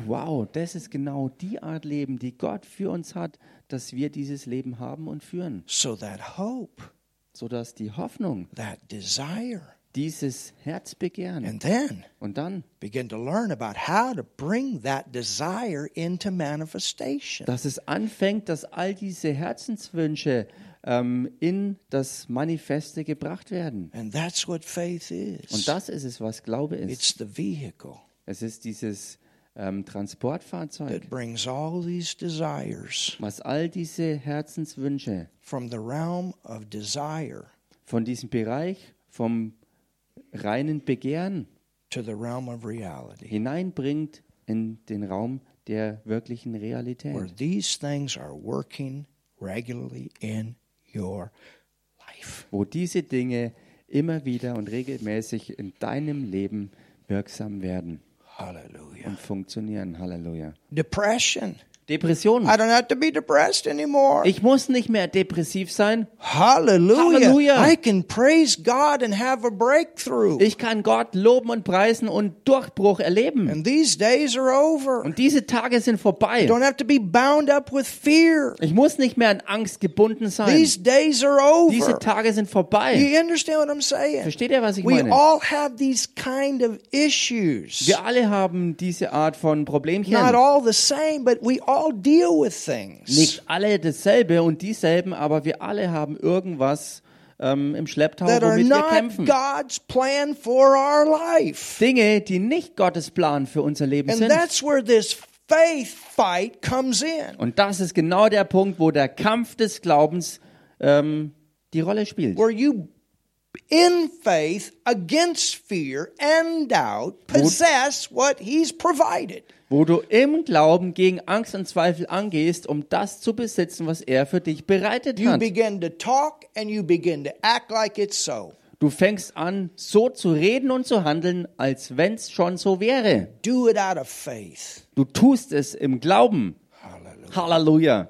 [SPEAKER 2] Wow, das ist genau die Art Leben, die Gott für uns hat, dass wir dieses Leben haben und führen,
[SPEAKER 1] So that hope,
[SPEAKER 2] sodass die Hoffnung,
[SPEAKER 1] that desire,
[SPEAKER 2] dieses Herzbegehren
[SPEAKER 1] and then
[SPEAKER 2] und dann,
[SPEAKER 1] begin to learn about how to bring that desire into manifestation.
[SPEAKER 2] dass es anfängt, dass all diese Herzenswünsche ähm, in das Manifeste gebracht werden.
[SPEAKER 1] And that's what faith is.
[SPEAKER 2] Und das ist es, was Glaube ist.
[SPEAKER 1] it's the vehicle
[SPEAKER 2] Es ist dieses ähm, Transportfahrzeug,
[SPEAKER 1] that brings all these desires
[SPEAKER 2] was all diese Herzenswünsche
[SPEAKER 1] from the realm of desire
[SPEAKER 2] von diesem Bereich vom reinen Begehren
[SPEAKER 1] to the realm of reality.
[SPEAKER 2] hineinbringt in den Raum der wirklichen
[SPEAKER 1] where
[SPEAKER 2] Realität,
[SPEAKER 1] these things are working regularly in your life.
[SPEAKER 2] wo diese Dinge immer wieder und regelmäßig in deinem Leben wirksam werden
[SPEAKER 1] Hallelujah.
[SPEAKER 2] und funktionieren. Halleluja.
[SPEAKER 1] Depression.
[SPEAKER 2] Depressionen.
[SPEAKER 1] I don't have to be depressed anymore.
[SPEAKER 2] Ich muss nicht mehr depressiv sein.
[SPEAKER 1] Hallelujah.
[SPEAKER 2] Hallelujah.
[SPEAKER 1] I can praise God and have a breakthrough.
[SPEAKER 2] Ich kann Gott loben und preisen und Durchbruch erleben.
[SPEAKER 1] and these days are over.
[SPEAKER 2] Und diese Tage sind vorbei.
[SPEAKER 1] Don't have to be bound up with fear.
[SPEAKER 2] Ich muss nicht mehr an Angst gebunden sein.
[SPEAKER 1] These days are over.
[SPEAKER 2] Diese Tage sind vorbei.
[SPEAKER 1] you understand what I'm saying?
[SPEAKER 2] Versteht ihr, was ich
[SPEAKER 1] We
[SPEAKER 2] meine?
[SPEAKER 1] all have these kind of issues.
[SPEAKER 2] Wir alle haben diese Art von Problemchen.
[SPEAKER 1] Not all the same, but we all deal with things.
[SPEAKER 2] nicht alle dasselbe und dieselben, aber wir alle haben irgendwas ähm, im Schlepptau,
[SPEAKER 1] that are
[SPEAKER 2] womit wir
[SPEAKER 1] not
[SPEAKER 2] kämpfen.
[SPEAKER 1] God's plan for our life.
[SPEAKER 2] Dinge, die nicht Gottes Plan für unser Leben
[SPEAKER 1] And
[SPEAKER 2] sind.
[SPEAKER 1] that's where this faith fight comes in,
[SPEAKER 2] Und das ist genau der Punkt, wo der Kampf des Glaubens ähm, die Rolle spielt.
[SPEAKER 1] where you, in faith, against fear and doubt, possess what He's provided.
[SPEAKER 2] Wo du im Glauben gegen Angst und Zweifel angehst, um das zu besitzen, was er für dich bereitet
[SPEAKER 1] You
[SPEAKER 2] hat.
[SPEAKER 1] begin to talk and you begin to act like it's so.
[SPEAKER 2] Du fängst an, so zu reden und zu handeln, als wenn es schon so wäre.
[SPEAKER 1] Do it out of faith.
[SPEAKER 2] Du tust es im Glauben.
[SPEAKER 1] Hallelujah.
[SPEAKER 2] Halleluja.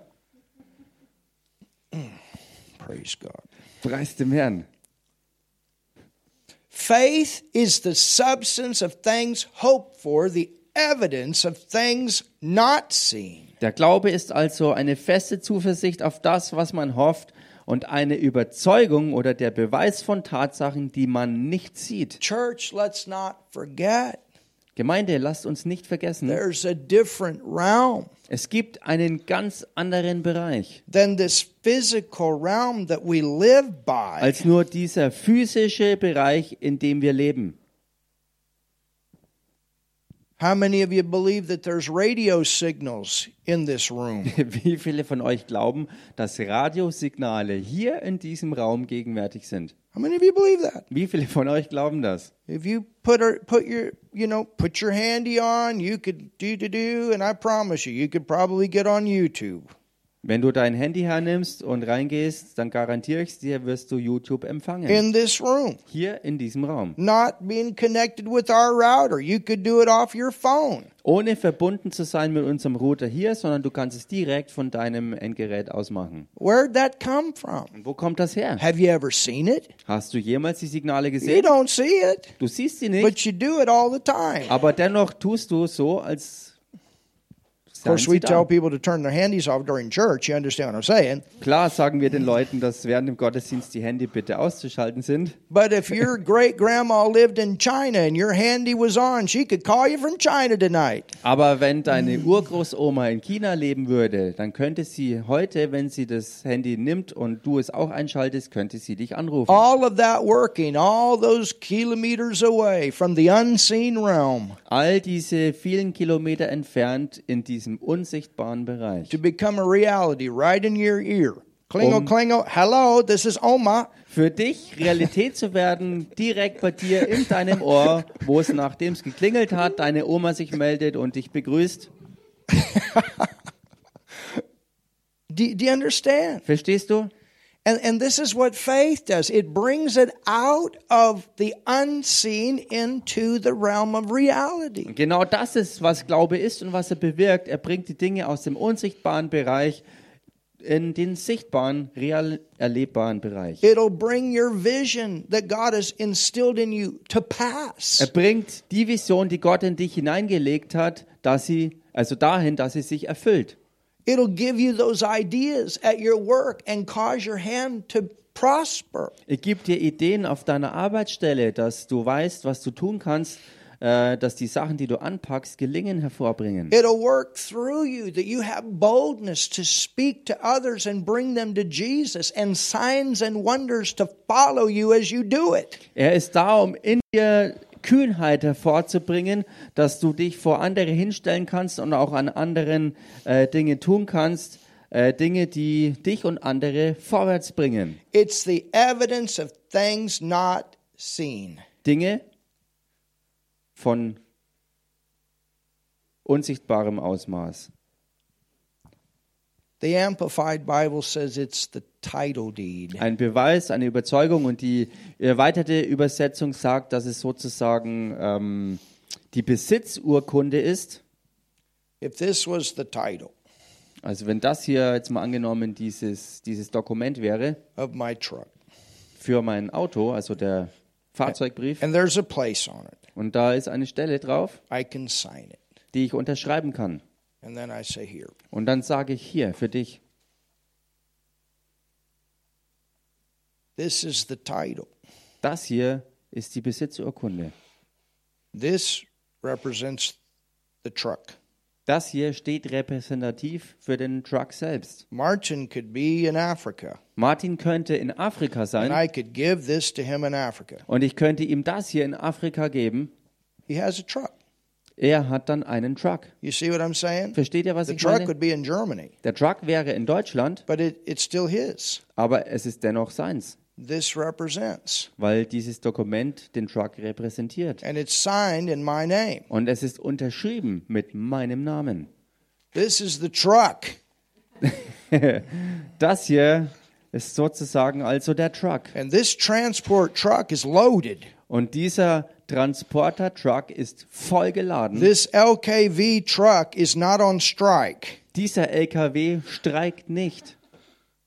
[SPEAKER 1] Praise God.
[SPEAKER 2] Preis dem Herrn.
[SPEAKER 1] Faith is the substance of things hoped for, the evidence of things not seen.
[SPEAKER 2] Der Glaube ist also eine feste Zuversicht auf das, was man hofft und eine Überzeugung oder der Beweis von Tatsachen, die man nicht sieht.
[SPEAKER 1] Church, let's not forget
[SPEAKER 2] Gemeinde, lasst uns nicht vergessen,
[SPEAKER 1] there's a different realm
[SPEAKER 2] es gibt einen ganz anderen Bereich
[SPEAKER 1] than this physical realm that we live by.
[SPEAKER 2] als nur dieser physische Bereich, in dem wir leben.
[SPEAKER 1] How many of you believe that there's radio signals in this room?
[SPEAKER 2] Wie viele von euch glauben, dass Radiosignale hier in diesem Raum gegenwärtig sind?
[SPEAKER 1] How many of you believe that?
[SPEAKER 2] Wie viele von euch glauben das?
[SPEAKER 1] If you put her, put your you know put your handy on, you could do to do, and I promise you, you could probably get on YouTube.
[SPEAKER 2] Wenn du dein Handy hernimmst und reingehst, dann garantiere ich dir, wirst du YouTube empfangen.
[SPEAKER 1] in this room,
[SPEAKER 2] Hier in diesem Raum.
[SPEAKER 1] not being connected with our router. You could do it off your phone.
[SPEAKER 2] Ohne verbunden zu sein mit unserem Router hier, sondern du kannst es direkt von deinem Endgerät ausmachen.
[SPEAKER 1] Where'd that come from?
[SPEAKER 2] Und wo kommt das her?
[SPEAKER 1] Have you ever seen it?
[SPEAKER 2] Hast du jemals die Signale
[SPEAKER 1] You
[SPEAKER 2] gesehen?
[SPEAKER 1] don't see it,
[SPEAKER 2] Du siehst sie nicht,
[SPEAKER 1] but you do it all the time. Of
[SPEAKER 2] aber dennoch tust du so, als seien
[SPEAKER 1] course,
[SPEAKER 2] sie
[SPEAKER 1] we tell
[SPEAKER 2] da.
[SPEAKER 1] people to turn their handies off during church. You understand what I'm saying?
[SPEAKER 2] Klar sagen wir den Leuten, dass während dem Gottesdienst die Hände bitte auszuschalten sind.
[SPEAKER 1] But if your great grandma lived in China and your handy was on, she could call you from China tonight.
[SPEAKER 2] Aber wenn deine Urgroßoma in China leben würde, dann könnte sie heute, wenn sie das Handy nimmt und du es auch einschaltest, könnte sie dich anrufen.
[SPEAKER 1] All of that working, all those kilometers away from the unseen realm
[SPEAKER 2] All diese vielen Kilometer entfernt in diesem unsichtbaren Bereich.
[SPEAKER 1] to become a reality right in your ear. Klingo,
[SPEAKER 2] Um.
[SPEAKER 1] klingo, hello, this is Oma.
[SPEAKER 2] Für dich Realität zu werden, direkt bei dir in deinem Ohr, wo es nachdem es geklingelt hat, deine Oma sich meldet und dich begrüßt.
[SPEAKER 1] Do, do you understand?
[SPEAKER 2] Verstehst du?
[SPEAKER 1] And, and this is what faith does it brings it out of the unseen into the realm of reality.
[SPEAKER 2] Genau das ist, was Glaube ist und was er bewirkt. Er bringt die Dinge aus dem unsichtbaren Bereich in den sichtbaren, real erlebbaren Bereich.
[SPEAKER 1] It'll bring your vision that God has instilled in you to
[SPEAKER 2] Er
[SPEAKER 1] pass.
[SPEAKER 2] bringt die Vision, die Gott in dich hineingelegt hat, dass sie, also dahin, dass sie sich erfüllt.
[SPEAKER 1] It'll give you those ideas at your work and cause your hand to prosper.
[SPEAKER 2] Er gibt dir Ideen auf deiner Arbeitsstelle, dass du weißt, was du tun kannst, äh, dass die Sachen, die du anpackst, gelingen hervorbringen.
[SPEAKER 1] It'll work through you that you have boldness to speak to others and bring them to Jesus and signs and wonders to follow you as you do it.
[SPEAKER 2] Er ist da, um in dir Kühnheit hervorzubringen, dass du dich vor andere hinstellen kannst und auch an anderen äh, Dinge tun kannst, äh, Dinge, die dich und andere vorwärts bringen.
[SPEAKER 1] It's the evidence of things not seen.
[SPEAKER 2] Dinge von unsichtbarem Ausmaß.
[SPEAKER 1] The Amplified Bible says it's the title deed.
[SPEAKER 2] Ein Beweis, eine Überzeugung und die äh, erweiterte Übersetzung sagt, dass es sozusagen ähm, die Besitzurkunde ist.
[SPEAKER 1] If this was the title
[SPEAKER 2] Also wenn das hier jetzt mal angenommen dieses, dieses Dokument wäre
[SPEAKER 1] of my truck,
[SPEAKER 2] für mein Auto, also der Fahrzeugbrief,
[SPEAKER 1] and there's a place on it,
[SPEAKER 2] und da ist eine Stelle drauf,
[SPEAKER 1] I can sign it.
[SPEAKER 2] die ich unterschreiben kann.
[SPEAKER 1] And then I say, Here,
[SPEAKER 2] Und dann sage ich hier für dich,
[SPEAKER 1] this is the title.
[SPEAKER 2] das hier ist die Besitzurkunde.
[SPEAKER 1] This represents the truck.
[SPEAKER 2] Das hier steht repräsentativ für den Truck selbst.
[SPEAKER 1] Martin could be in Africa,
[SPEAKER 2] Martin könnte in Afrika
[SPEAKER 1] and
[SPEAKER 2] sein
[SPEAKER 1] I could give this to him in Africa.
[SPEAKER 2] und ich könnte ihm das hier in Afrika geben.
[SPEAKER 1] He has a truck.
[SPEAKER 2] Er hat dann einen Truck.
[SPEAKER 1] You see what I'm saying?
[SPEAKER 2] Versteht ihr, was
[SPEAKER 1] The
[SPEAKER 2] ich
[SPEAKER 1] truck
[SPEAKER 2] meine?
[SPEAKER 1] would be in Germany,
[SPEAKER 2] Der Truck wäre in Deutschland,
[SPEAKER 1] but it, it's still his.
[SPEAKER 2] aber es ist dennoch seins.
[SPEAKER 1] This represents.
[SPEAKER 2] weil dieses Dokument den Truck repräsentiert.
[SPEAKER 1] and it's signed in my name.
[SPEAKER 2] Und es ist unterschrieben mit meinem Namen.
[SPEAKER 1] This is the truck.
[SPEAKER 2] Das hier ist sozusagen also der Truck.
[SPEAKER 1] And this transport truck is loaded.
[SPEAKER 2] Und dieser Transporter-Truck ist vollgeladen.
[SPEAKER 1] This LKV truck is not on strike.
[SPEAKER 2] Dieser LKW streikt nicht,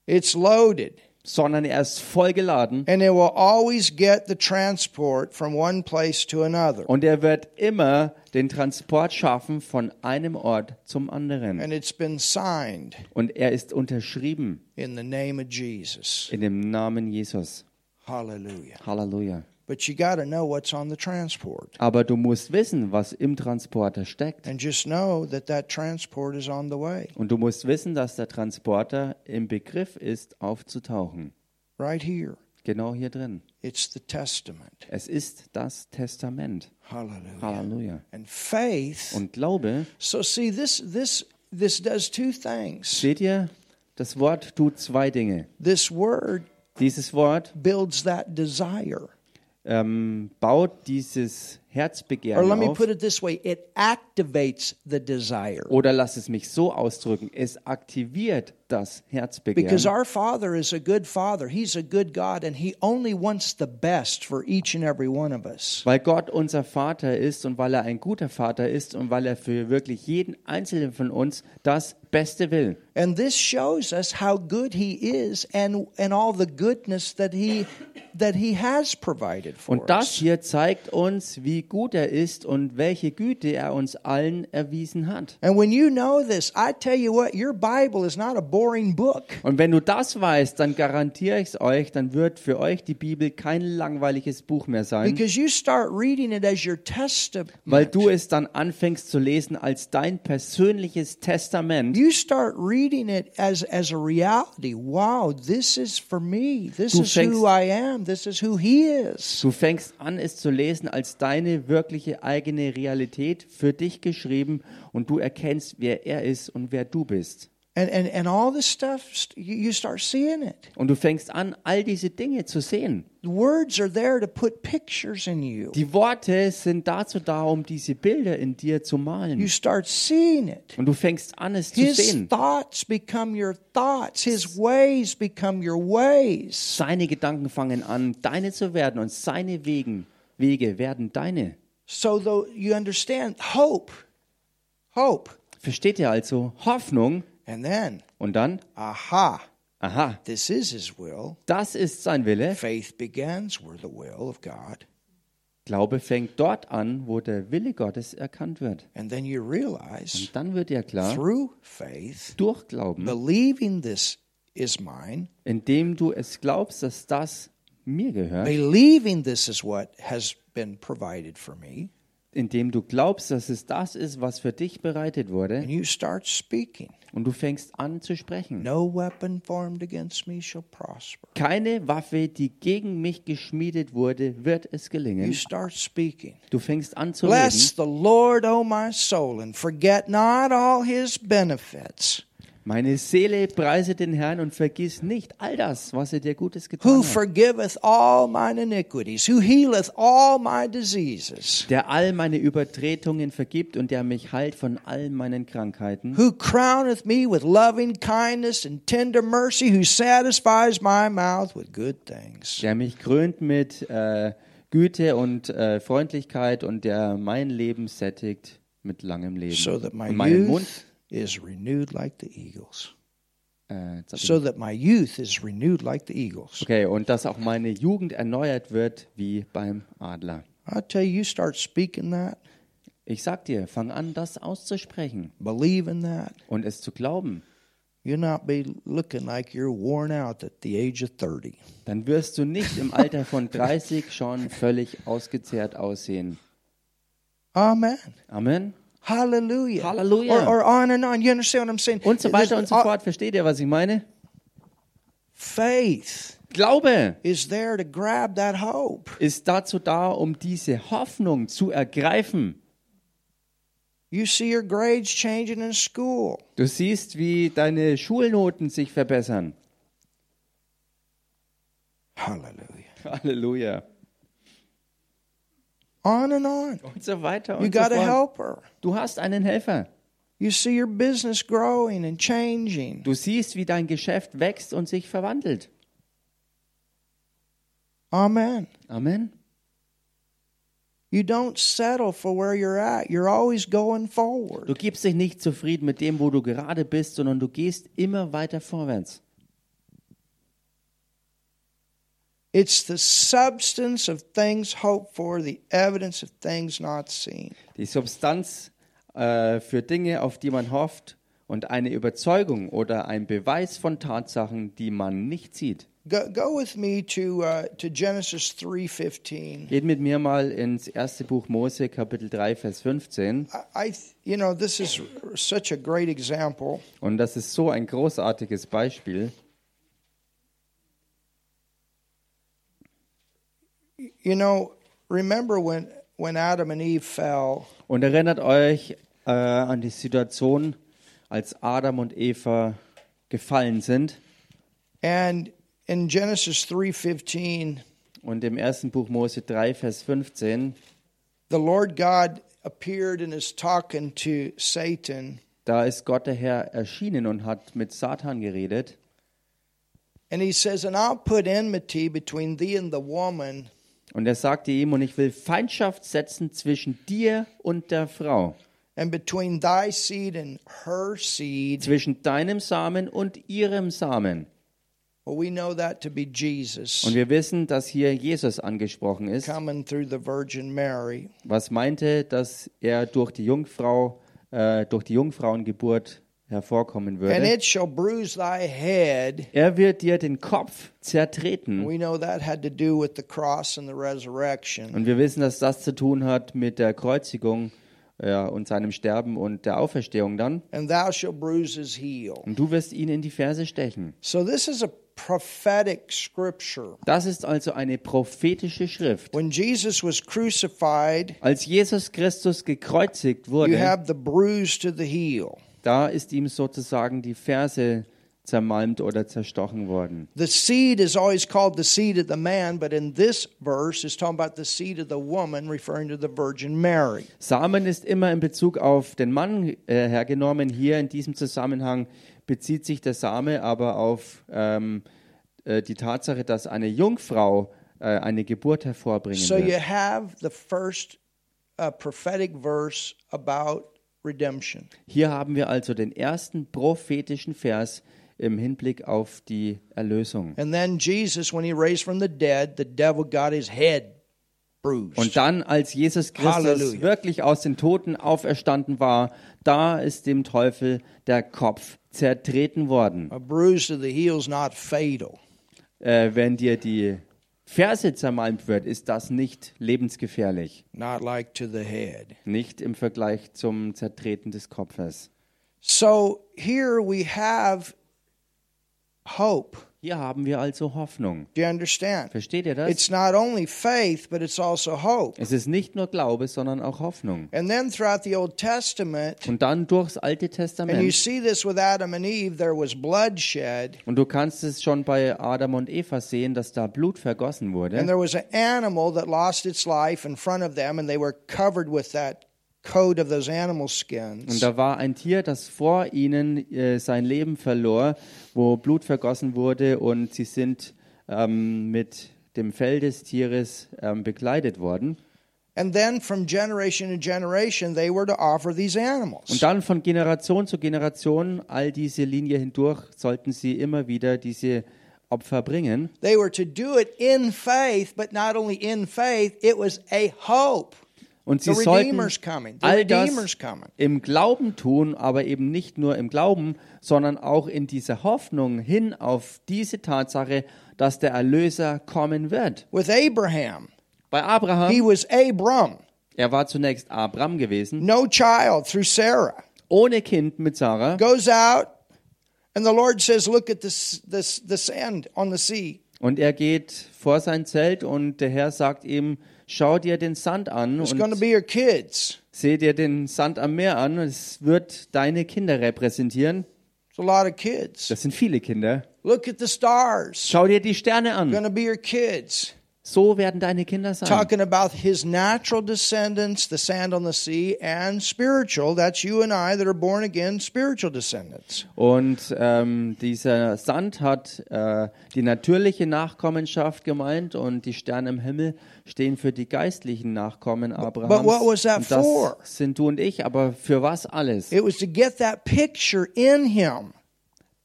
[SPEAKER 1] It's loaded.
[SPEAKER 2] sondern er ist vollgeladen
[SPEAKER 1] and it will always get the transport from one place to another.
[SPEAKER 2] und er wird immer den Transport schaffen von einem Ort zum anderen.
[SPEAKER 1] And it's been signed
[SPEAKER 2] Und er ist unterschrieben
[SPEAKER 1] in the name of Jesus.
[SPEAKER 2] in dem Namen Jesus.
[SPEAKER 1] Hallelujah.
[SPEAKER 2] Halleluja.
[SPEAKER 1] But you got to know what's on the transport.
[SPEAKER 2] Aber du musst wissen, was im Transporter steckt.
[SPEAKER 1] And just know that that transport is on the way.
[SPEAKER 2] Und du musst wissen, dass der Transporter im Begriff ist, aufzutauchen.
[SPEAKER 1] Right here.
[SPEAKER 2] Genau hier drin.
[SPEAKER 1] It's the testament.
[SPEAKER 2] Es ist das Testament.
[SPEAKER 1] Hallelujah.
[SPEAKER 2] Halleluja.
[SPEAKER 1] And faith.
[SPEAKER 2] Und Glaube,
[SPEAKER 1] so see this this this does two things.
[SPEAKER 2] seht ihr, das Wort tut zwei Dinge.
[SPEAKER 1] This word
[SPEAKER 2] Dieses Wort
[SPEAKER 1] builds that desire.
[SPEAKER 2] ähm, baut dieses
[SPEAKER 1] Or
[SPEAKER 2] Herzbegehren
[SPEAKER 1] let me
[SPEAKER 2] auf.
[SPEAKER 1] put it this way, it activates the desire.
[SPEAKER 2] Oder lass es mich so ausdrücken, es aktiviert das
[SPEAKER 1] Because
[SPEAKER 2] Herzbegehren.
[SPEAKER 1] our Father is a good Father. He's a good God, and He only wants the best for each and every one of us.
[SPEAKER 2] Weil Gott unser Vater ist und weil er ein guter Vater ist und weil er für wirklich jeden Einzelnen von uns das Beste will.
[SPEAKER 1] And this shows us how good He is and, and all the goodness that He, that he has provided for
[SPEAKER 2] Und das
[SPEAKER 1] us.
[SPEAKER 2] hier zeigt uns, wie gut er ist und welche Güte er uns allen erwiesen hat.
[SPEAKER 1] And when you know this, I tell you what, your Bible is not a boring book.
[SPEAKER 2] Und wenn du das weißt, dann garantiere ich es euch, dann wird für euch die Bibel kein langweiliges Buch mehr sein,
[SPEAKER 1] Because you start reading it as your testament.
[SPEAKER 2] weil du es dann anfängst zu lesen als dein persönliches Testament.
[SPEAKER 1] You start reading it as, as a reality. Wow, this is for me. This
[SPEAKER 2] Du
[SPEAKER 1] is who
[SPEAKER 2] fängst-
[SPEAKER 1] I am. This is who He is.
[SPEAKER 2] Du fängst an, es zu lesen als deine wirkliche eigene Realität für dich geschrieben und du erkennst, wer er ist und wer du bist.
[SPEAKER 1] and and and all this stuff st- you you start seeing it
[SPEAKER 2] Und du fängst an, all diese Dinge zu sehen.
[SPEAKER 1] the words are there to put pictures in you
[SPEAKER 2] Die Worte sind dazu da, um diese Bilder in dir zu
[SPEAKER 1] you
[SPEAKER 2] malen.
[SPEAKER 1] start seeing it
[SPEAKER 2] Und du fängst an, es zu
[SPEAKER 1] his
[SPEAKER 2] sehen.
[SPEAKER 1] thoughts become your thoughts his ways become your ways
[SPEAKER 2] Seine Gedanken fangen an, deine zu werden und seine Wegen, Wege werden deine.
[SPEAKER 1] so though you understand hope hope
[SPEAKER 2] Versteht ihr also? Hoffnung
[SPEAKER 1] and then
[SPEAKER 2] und dann,
[SPEAKER 1] aha
[SPEAKER 2] aha,
[SPEAKER 1] this is his will
[SPEAKER 2] das ist sein Wille.
[SPEAKER 1] faith begins where the will of god
[SPEAKER 2] Glaube fängt dort an, wo der Wille Gottes erkannt wird.
[SPEAKER 1] and then you realize
[SPEAKER 2] Und dann wird dir klar,
[SPEAKER 1] through faith
[SPEAKER 2] durch Glauben,
[SPEAKER 1] believing this is mine
[SPEAKER 2] indem du es glaubst, dass das mir gehört,
[SPEAKER 1] believing this is what has been provided for me,
[SPEAKER 2] indem du glaubst, dass es das ist, was für dich bereitet wurde,
[SPEAKER 1] and you start speaking.
[SPEAKER 2] und du fängst an zu sprechen.
[SPEAKER 1] No weapon formed against me shall prosper.
[SPEAKER 2] Keine Waffe, die gegen mich geschmiedet wurde, wird es
[SPEAKER 1] You
[SPEAKER 2] gelingen.
[SPEAKER 1] start speaking.
[SPEAKER 2] Du fängst an zu
[SPEAKER 1] Bless
[SPEAKER 2] reden.
[SPEAKER 1] the Lord, O my soul, and forget not all his benefits,
[SPEAKER 2] Meine Seele preise den Herrn und vergiss nicht all das, was er dir Gutes
[SPEAKER 1] who
[SPEAKER 2] getan hat.
[SPEAKER 1] forgiveth all mine iniquities, who healeth all my diseases,
[SPEAKER 2] Der all meine Übertretungen vergibt und der mich heilt von all meinen Krankheiten.
[SPEAKER 1] who crowneth me with loving kindness and tender mercy, who satisfies my mouth with good things.
[SPEAKER 2] Der mich krönt mit äh, Güte und äh, Freundlichkeit und der mein Leben sättigt mit langem Leben.
[SPEAKER 1] so that my
[SPEAKER 2] und meinen
[SPEAKER 1] youth
[SPEAKER 2] Mund,
[SPEAKER 1] is renewed like the eagles.
[SPEAKER 2] äh, jetzt hab ich-
[SPEAKER 1] So that my youth is renewed like the eagles.
[SPEAKER 2] okay, und dass auch meine Jugend erneuert wird wie beim Adler.
[SPEAKER 1] I tell you, you start speaking that,
[SPEAKER 2] Ich sag dir, fang an, das auszusprechen
[SPEAKER 1] believing that,
[SPEAKER 2] und es zu glauben.
[SPEAKER 1] you'll not be looking like you're worn out at the age of 30.
[SPEAKER 2] Dann wirst du nicht im Alter von 30 schon völlig ausgezehrt aussehen.
[SPEAKER 1] Amen.
[SPEAKER 2] Amen.
[SPEAKER 1] Hallelujah.
[SPEAKER 2] Hallelujah.
[SPEAKER 1] Or, or on and on. You understand what I'm saying?
[SPEAKER 2] Und so weiter und so
[SPEAKER 1] There's-
[SPEAKER 2] fort. Versteht ihr, was ich meine?
[SPEAKER 1] Faith
[SPEAKER 2] Glaube
[SPEAKER 1] is there to grab that hope.
[SPEAKER 2] ist dazu da, um diese Hoffnung zu ergreifen.
[SPEAKER 1] You see your grades changing in school.
[SPEAKER 2] Du siehst, wie deine Schulnoten sich verbessern.
[SPEAKER 1] Hallelujah.
[SPEAKER 2] Halleluja.
[SPEAKER 1] On and on.
[SPEAKER 2] Und so weiter
[SPEAKER 1] You
[SPEAKER 2] und so
[SPEAKER 1] got a
[SPEAKER 2] fort.
[SPEAKER 1] helper.
[SPEAKER 2] Du hast einen Helfer.
[SPEAKER 1] You see your business growing and changing.
[SPEAKER 2] Du siehst, wie dein Geschäft wächst und sich verwandelt.
[SPEAKER 1] Amen.
[SPEAKER 2] Amen.
[SPEAKER 1] You don't settle for where you're at. You're always going
[SPEAKER 2] Du
[SPEAKER 1] forward.
[SPEAKER 2] gibst dich nicht zufrieden mit dem, wo du gerade bist, sondern du gehst immer weiter vorwärts.
[SPEAKER 1] It's the substance of things hoped for, the evidence of things not seen.
[SPEAKER 2] Die Substanz äh, für Dinge, auf die man hofft und eine Überzeugung oder ein Beweis von Tatsachen, die man nicht sieht.
[SPEAKER 1] Go, go with me to uh, to Genesis 3:15.
[SPEAKER 2] Geht mit mir mal ins erste Buch Mose, Kapitel 3, Vers 15.
[SPEAKER 1] I, I you know this is such a great example.
[SPEAKER 2] Und das ist so ein großartiges Beispiel.
[SPEAKER 1] You know, remember when when Adam and Eve fell,
[SPEAKER 2] Und erinnert euch äh, an die Situation, als Adam und Eva gefallen sind.
[SPEAKER 1] and in Genesis 3:15,
[SPEAKER 2] Und im ersten Buch Mose 3, Vers 15,
[SPEAKER 1] the Lord God appeared and is talking to Satan,
[SPEAKER 2] da ist Gott der Herr erschienen und hat mit Satan geredet.
[SPEAKER 1] and he says, "And I'll put enmity between thee and the woman,
[SPEAKER 2] Und er sagte ihm, und ich will Feindschaft setzen zwischen dir und der Frau,
[SPEAKER 1] and between thy seed and her seed."
[SPEAKER 2] zwischen deinem Samen und ihrem Samen.
[SPEAKER 1] Well, we know that to be Jesus
[SPEAKER 2] Und wir wissen, dass hier Jesus angesprochen ist,
[SPEAKER 1] coming through the Virgin Mary.
[SPEAKER 2] was meinte, dass er durch die Jungfrau, äh, durch die Jungfrauengeburt hervorkommen
[SPEAKER 1] And
[SPEAKER 2] würde.
[SPEAKER 1] it shall bruise thy head.
[SPEAKER 2] Er wird dir den Kopf zertreten.
[SPEAKER 1] We know that had to do with the cross and the resurrection.
[SPEAKER 2] Und wir wissen, dass das zu tun hat mit der Kreuzigung ja, und seinem Sterben und der Auferstehung dann.
[SPEAKER 1] And thou shalt bruise his heel.
[SPEAKER 2] Und du wirst ihn in die Ferse stechen.
[SPEAKER 1] So this is a prophetic scripture.
[SPEAKER 2] Das ist also eine prophetische Schrift.
[SPEAKER 1] When Jesus was crucified,
[SPEAKER 2] Als Jesus Christus gekreuzigt
[SPEAKER 1] you
[SPEAKER 2] wurde,
[SPEAKER 1] have the bruise to the heel.
[SPEAKER 2] da ist ihm sozusagen die Ferse zermalmt oder zerstochen worden.
[SPEAKER 1] The seed is always called the seed of the man, but in this verse it's talking about the seed of the woman, referring to the Virgin Mary.
[SPEAKER 2] Samen ist immer in Bezug auf den Mann äh, hergenommen. Hier in diesem Zusammenhang bezieht sich der Same aber auf ähm, äh, die Tatsache, dass eine Jungfrau äh, eine Geburt hervorbringen
[SPEAKER 1] So you
[SPEAKER 2] wird.
[SPEAKER 1] have the first uh, prophetic verse about redemption.
[SPEAKER 2] Hier haben wir also den ersten prophetischen Vers im Hinblick auf die Erlösung.
[SPEAKER 1] And then Jesus, when he raised from the dead, the devil got his head bruised.
[SPEAKER 2] Und dann, als Jesus Christus
[SPEAKER 1] Halleluja.
[SPEAKER 2] wirklich aus den Toten auferstanden war, da ist dem Teufel der Kopf zertreten worden.
[SPEAKER 1] a bruise to the heel is not fatal.
[SPEAKER 2] Äh, wenn dir die Ferse zermalmt wird, ist das nicht lebensgefährlich.
[SPEAKER 1] not like to the head.
[SPEAKER 2] Nicht im Vergleich zum Zertreten des Kopfes.
[SPEAKER 1] So here we have hope.
[SPEAKER 2] Hier haben wir also Hoffnung.
[SPEAKER 1] Do you understand?
[SPEAKER 2] Versteht ihr das?
[SPEAKER 1] It's not only faith, but it's also hope.
[SPEAKER 2] es ist nicht nur Glaube, sondern auch Hoffnung.
[SPEAKER 1] And then throughout the Old Testament,
[SPEAKER 2] Und dann durchs Alte
[SPEAKER 1] and you
[SPEAKER 2] Testament.
[SPEAKER 1] see this with Adam and Eve, there was bloodshed,
[SPEAKER 2] Und du kannst es schon bei Adam und Eva sehen, dass da Blut vergossen wurde.
[SPEAKER 1] and there was an animal that lost its life in front of them, and they were covered with that coat of those animal
[SPEAKER 2] Und
[SPEAKER 1] skins.
[SPEAKER 2] da war ein Tier, das vor ihnen äh, sein Leben verlor, wo Blut vergossen wurde und sie sind ähm, mit dem Fell des Tieres ähm, bekleidet worden.
[SPEAKER 1] And then from generation to generation, they were to offer these
[SPEAKER 2] Und
[SPEAKER 1] animals.
[SPEAKER 2] dann von Generation zu Generation, all diese Linie hindurch, sollten sie immer wieder diese Opfer bringen.
[SPEAKER 1] They were to do it in faith, but not only in faith, it was a hope.
[SPEAKER 2] Und sie
[SPEAKER 1] The
[SPEAKER 2] sollten
[SPEAKER 1] Redeemer's coming. The
[SPEAKER 2] all
[SPEAKER 1] Redeemer's
[SPEAKER 2] das
[SPEAKER 1] coming.
[SPEAKER 2] im Glauben tun, aber eben nicht nur im Glauben, sondern auch in dieser Hoffnung hin auf diese Tatsache, dass der Erlöser kommen wird.
[SPEAKER 1] With Abraham,
[SPEAKER 2] Bei Abraham,
[SPEAKER 1] he was Abram,
[SPEAKER 2] er war zunächst Abram gewesen,
[SPEAKER 1] no child through Sarah.
[SPEAKER 2] ohne Kind mit Sarah.
[SPEAKER 1] Goes out, and the Lord says, Look at this, this, the sand on the sea.
[SPEAKER 2] Und er geht vor sein Zelt und der Herr sagt ihm, schau dir den Sand an
[SPEAKER 1] It's going to
[SPEAKER 2] und
[SPEAKER 1] be your kids.
[SPEAKER 2] seh dir den Sand am Meer an. Es wird deine Kinder repräsentieren.
[SPEAKER 1] It's a lot of kids.
[SPEAKER 2] Das sind viele Kinder.
[SPEAKER 1] Look at the stars.
[SPEAKER 2] Schau dir die Sterne an.
[SPEAKER 1] Going to be your kids.
[SPEAKER 2] So werden deine Kinder sein.
[SPEAKER 1] Talking about his natural descendants, the sand on the sea, and spiritual. That's you and I that are born again, spiritual descendants.
[SPEAKER 2] Und ähm, dieser Sand hat äh, die natürliche Nachkommenschaft gemeint und die Sterne im Himmel stehen für die geistlichen Nachkommen Abrahams.
[SPEAKER 1] but what was that
[SPEAKER 2] und das
[SPEAKER 1] for?
[SPEAKER 2] sind du und ich, aber für was alles?
[SPEAKER 1] It was to get that picture in him.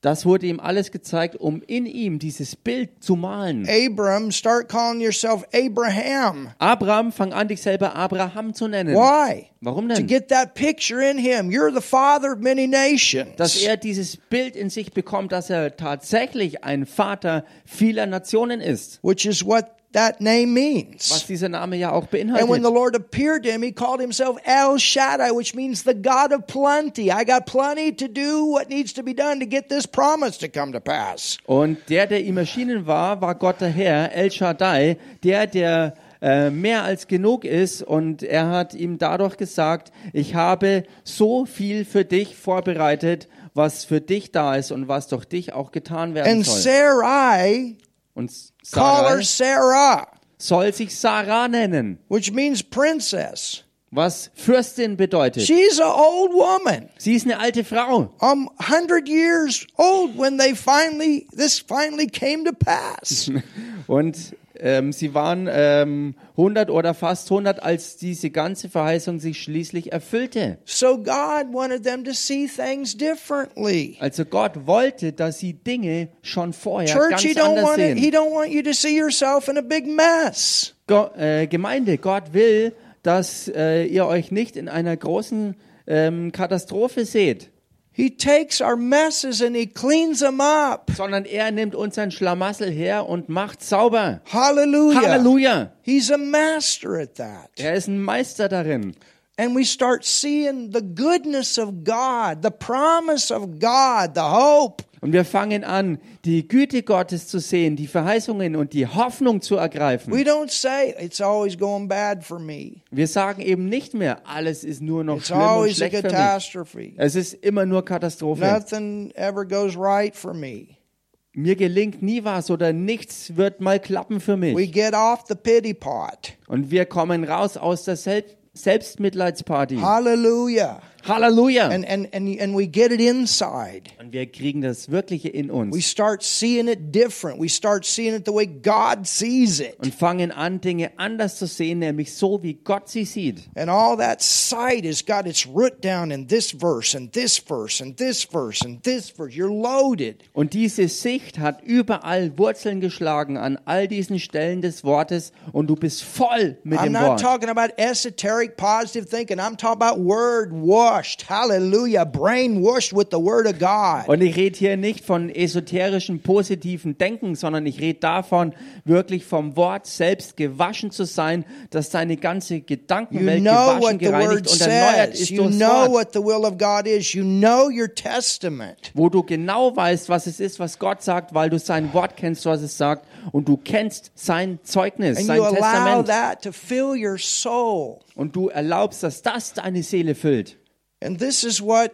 [SPEAKER 2] Das wurde ihm alles gezeigt, um in ihm dieses Bild zu malen.
[SPEAKER 1] Abram, start calling yourself Abraham.
[SPEAKER 2] Abraham, fang an, dich selber Abraham zu nennen.
[SPEAKER 1] Why?
[SPEAKER 2] Warum
[SPEAKER 1] To
[SPEAKER 2] denn?
[SPEAKER 1] get that picture in him. You're the father of many nations.
[SPEAKER 2] Dass er dieses Bild in sich bekommt, dass er tatsächlich ein Vater vieler Nationen ist.
[SPEAKER 1] which is what that name
[SPEAKER 2] Was
[SPEAKER 1] means.
[SPEAKER 2] dieser Name ja auch
[SPEAKER 1] And when the
[SPEAKER 2] beinhaltet.
[SPEAKER 1] Lord appeared to him, he called himself El Shaddai, which means the God of plenty. I got plenty to do what needs to be done to get this promise to come to pass.
[SPEAKER 2] Und der, der ihm erschienen war, war Gott der Herr, El Shaddai, der, der äh, mehr als genug ist. Und er hat ihm dadurch gesagt, ich habe so viel für dich vorbereitet, was für dich da ist und was durch dich auch getan werden
[SPEAKER 1] And
[SPEAKER 2] soll.
[SPEAKER 1] Sarai,
[SPEAKER 2] Und
[SPEAKER 1] call her
[SPEAKER 2] Sarai
[SPEAKER 1] Sarah,
[SPEAKER 2] soll sich Sarah nennen,
[SPEAKER 1] which means princess.
[SPEAKER 2] was Fürstin bedeutet.
[SPEAKER 1] She's an old woman.
[SPEAKER 2] Sie ist eine alte Frau.
[SPEAKER 1] um, 100 years old when they finally this finally came to pass
[SPEAKER 2] Und ähm, sie waren ähm, 100 oder fast 100, als diese ganze Verheißung sich schließlich erfüllte.
[SPEAKER 1] so god wanted them to see things differently
[SPEAKER 2] Also Gott wollte, dass sie Dinge schon vorher
[SPEAKER 1] church he
[SPEAKER 2] ganz
[SPEAKER 1] don't
[SPEAKER 2] anders
[SPEAKER 1] want it, he
[SPEAKER 2] sehen.
[SPEAKER 1] don't want you to see yourself in a big mess
[SPEAKER 2] Go, äh, Gemeinde, Gott will, dass äh, ihr euch nicht in einer großen ähm, Katastrophe seht,
[SPEAKER 1] he takes our messes and he cleans them up
[SPEAKER 2] sondern er nimmt unseren Schlamassel her und macht sauber.
[SPEAKER 1] hallelujah
[SPEAKER 2] Halleluja!
[SPEAKER 1] he's a master at that
[SPEAKER 2] Er ist ein Meister darin.
[SPEAKER 1] and we start seeing the goodness of god the promise of god the hope
[SPEAKER 2] Und wir fangen an, die Güte Gottes zu sehen, die Verheißungen und die Hoffnung zu ergreifen.
[SPEAKER 1] we don't say it's always going bad for me
[SPEAKER 2] Wir sagen eben nicht mehr, alles ist nur noch
[SPEAKER 1] It's
[SPEAKER 2] schlimm und
[SPEAKER 1] always a
[SPEAKER 2] schlecht für mich.
[SPEAKER 1] catastrophe.
[SPEAKER 2] Es ist immer nur Katastrophe.
[SPEAKER 1] Nothing ever goes right for me.
[SPEAKER 2] Mir gelingt nie was oder nichts wird mal klappen für
[SPEAKER 1] We
[SPEAKER 2] mich.
[SPEAKER 1] get off the pity pot.
[SPEAKER 2] Und wir kommen raus aus der Sel Selbstmitleidsparty.
[SPEAKER 1] Hallelujah.
[SPEAKER 2] Halleluja!
[SPEAKER 1] And, and, and, and we get it inside.
[SPEAKER 2] Und wir kriegen das Wirkliche in
[SPEAKER 1] We
[SPEAKER 2] uns
[SPEAKER 1] start seeing it different. We start seeing it the way God sees it.
[SPEAKER 2] und fangen an, Dinge anders zu sehen, nämlich so, wie Gott sie sieht.
[SPEAKER 1] And all that sight has got its root down in this verse and this verse and this verse and this verse. You're loaded.
[SPEAKER 2] Und diese Sicht hat überall Wurzeln geschlagen an all diesen Stellen des Wortes und du bist voll mit
[SPEAKER 1] I'm
[SPEAKER 2] dem
[SPEAKER 1] not
[SPEAKER 2] Wort.
[SPEAKER 1] talking about esoteric positive thinking. I'm talking about word washed. Hallelujah. Brainwashed with the word of God.
[SPEAKER 2] Und ich rede hier nicht von esoterischem, positiven Denken, sondern ich rede davon, wirklich vom Wort selbst gewaschen zu sein, dass deine ganze
[SPEAKER 1] You
[SPEAKER 2] Gedankenwelt
[SPEAKER 1] know
[SPEAKER 2] gewaschen,
[SPEAKER 1] what the
[SPEAKER 2] gereinigt
[SPEAKER 1] word
[SPEAKER 2] und erneuert
[SPEAKER 1] says.
[SPEAKER 2] ist
[SPEAKER 1] You
[SPEAKER 2] durchs
[SPEAKER 1] know
[SPEAKER 2] Wort,
[SPEAKER 1] what the will of God is. You know your testament.
[SPEAKER 2] wo du genau weißt, was es ist, was Gott sagt, weil du sein Wort kennst, was es sagt und du kennst sein Zeugnis,
[SPEAKER 1] And
[SPEAKER 2] sein
[SPEAKER 1] you allow
[SPEAKER 2] Testament
[SPEAKER 1] that to fill your soul.
[SPEAKER 2] und du erlaubst, dass das deine Seele füllt.
[SPEAKER 1] And this is what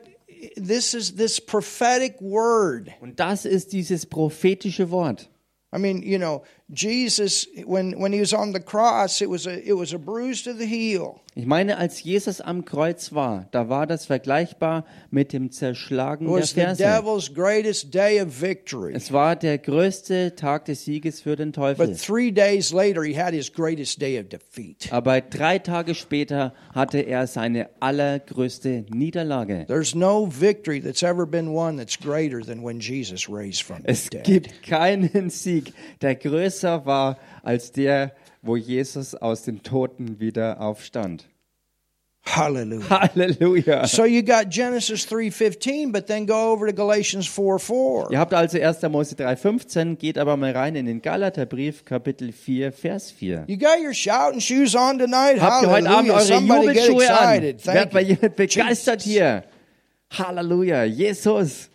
[SPEAKER 1] this is this prophetic word.
[SPEAKER 2] Und das ist dieses prophetische Wort.
[SPEAKER 1] I mean, you know, Jesus when when he was on the cross, it was a it was a bruise to the heel.
[SPEAKER 2] Ich meine, als Jesus am Kreuz war, da war das vergleichbar mit dem Zerschlagen
[SPEAKER 1] It
[SPEAKER 2] der
[SPEAKER 1] was the
[SPEAKER 2] Verse.
[SPEAKER 1] devil's greatest day of victory.
[SPEAKER 2] Es war der größte Tag des Sieges für den Teufel.
[SPEAKER 1] But 3 days later he had his greatest day of defeat.
[SPEAKER 2] Aber drei Tage später hatte er seine allergrößte Niederlage.
[SPEAKER 1] There's no victory that's ever been won that's greater than when Jesus raised from the
[SPEAKER 2] Es
[SPEAKER 1] dead.
[SPEAKER 2] gibt keinen Sieg, der größer war als der, wo Jesus aus den Toten wieder aufstand.
[SPEAKER 1] Hallelujah.
[SPEAKER 2] Halleluja!
[SPEAKER 1] So you got Genesis 3:15, but then go over to Galatians 4:4.
[SPEAKER 2] Ihr habt also 1. Mose 3,15, geht aber mal rein in den Galaterbrief, Kapitel 4, Vers 4.
[SPEAKER 1] You got your shouting shoes on tonight.
[SPEAKER 2] Habt ihr heute Abend
[SPEAKER 1] Hallelujah.
[SPEAKER 2] eure
[SPEAKER 1] Somebody get
[SPEAKER 2] Jubelschuhe an?
[SPEAKER 1] excited.
[SPEAKER 2] Werd
[SPEAKER 1] Thank
[SPEAKER 2] mal
[SPEAKER 1] you.
[SPEAKER 2] jemand begeistert hier. Halleluja, Jesus.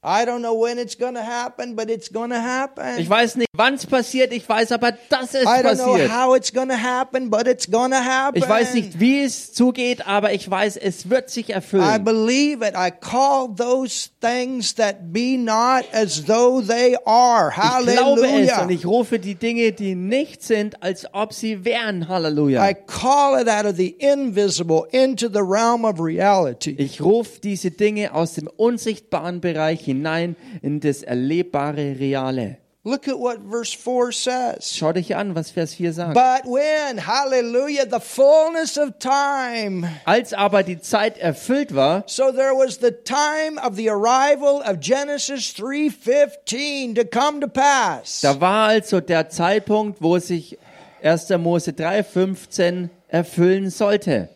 [SPEAKER 1] I don't know when it's going to happen, but it's going to happen.
[SPEAKER 2] Ich weiß nicht, wann es passiert, ich weiß aber, dass es
[SPEAKER 1] I don't know
[SPEAKER 2] passiert.
[SPEAKER 1] how it's going to happen, but it's going to happen.
[SPEAKER 2] Ich weiß nicht, wie es zugeht, aber ich weiß, es wird sich
[SPEAKER 1] I
[SPEAKER 2] erfüllen.
[SPEAKER 1] believe it. I call those things that be not as though they are.
[SPEAKER 2] Ich glaube es und
[SPEAKER 1] Hallelujah.
[SPEAKER 2] ich rufe die Dinge, die nicht sind, als ob sie wären. Halleluja.
[SPEAKER 1] I call it out of the invisible into the realm of reality.
[SPEAKER 2] Ich rufe diese Dinge aus dem unsichtbaren Bereich hinein in das erlebbare Reale.
[SPEAKER 1] Look at what verse 4 says.
[SPEAKER 2] Schau dich an, was Vers 4 sagt.
[SPEAKER 1] But when, hallelujah, the fullness of time.
[SPEAKER 2] Als aber die Zeit erfüllt war,
[SPEAKER 1] So there was the time of the arrival of Genesis 3:15 to come to pass.
[SPEAKER 2] da war also der Zeitpunkt, wo sich 1. Mose 3,15 erfüllen sollte.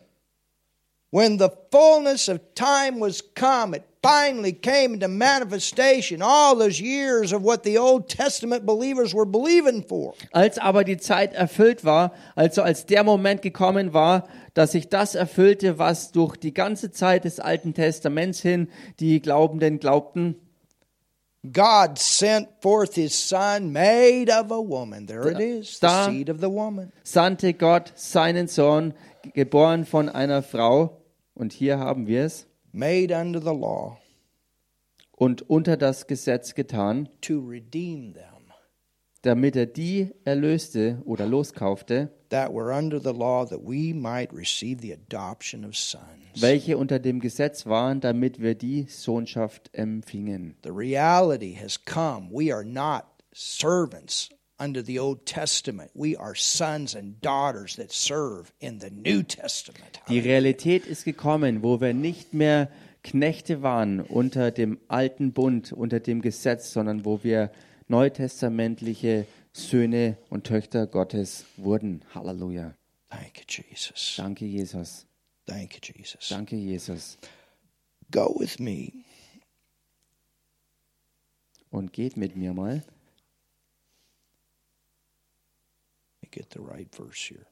[SPEAKER 1] When the fullness of time was come, it finally came into manifestation all those years of what the Old Testament believers were believing for.
[SPEAKER 2] Als aber die Zeit erfüllt war, also als der Moment gekommen war, dass sich das erfüllte, was durch die ganze Zeit des Alten Testaments hin die Glaubenden glaubten,
[SPEAKER 1] God sent forth his son made of a woman. There it is, the
[SPEAKER 2] Da-
[SPEAKER 1] seed of the woman.
[SPEAKER 2] sandte Gott seinen Sohn, geboren von einer Frau, und hier haben wir es,
[SPEAKER 1] Made under the law
[SPEAKER 2] und unter das Gesetz getan,
[SPEAKER 1] to redeem them
[SPEAKER 2] damit er die erlöste oder loskaufte,
[SPEAKER 1] that were under the law that we might receive the adoption of sons.
[SPEAKER 2] welche unter dem Gesetz waren, damit wir die Sohnschaft empfingen.
[SPEAKER 1] The reality has come. We are not servants under the Old Testament. We are sons and daughters that serve in the New Testament.
[SPEAKER 2] Die Realität ist gekommen, wo wir nicht mehr Knechte waren unter dem alten Bund, unter dem Gesetz, sondern wo wir neutestamentliche Söhne und Töchter Gottes wurden. Halleluja.
[SPEAKER 1] Thank you, Jesus.
[SPEAKER 2] Danke, Jesus.
[SPEAKER 1] Thank you, Jesus.
[SPEAKER 2] Danke, Jesus.
[SPEAKER 1] Go with me
[SPEAKER 2] Und geht mit mir mal.
[SPEAKER 1] Let me get the right verse here.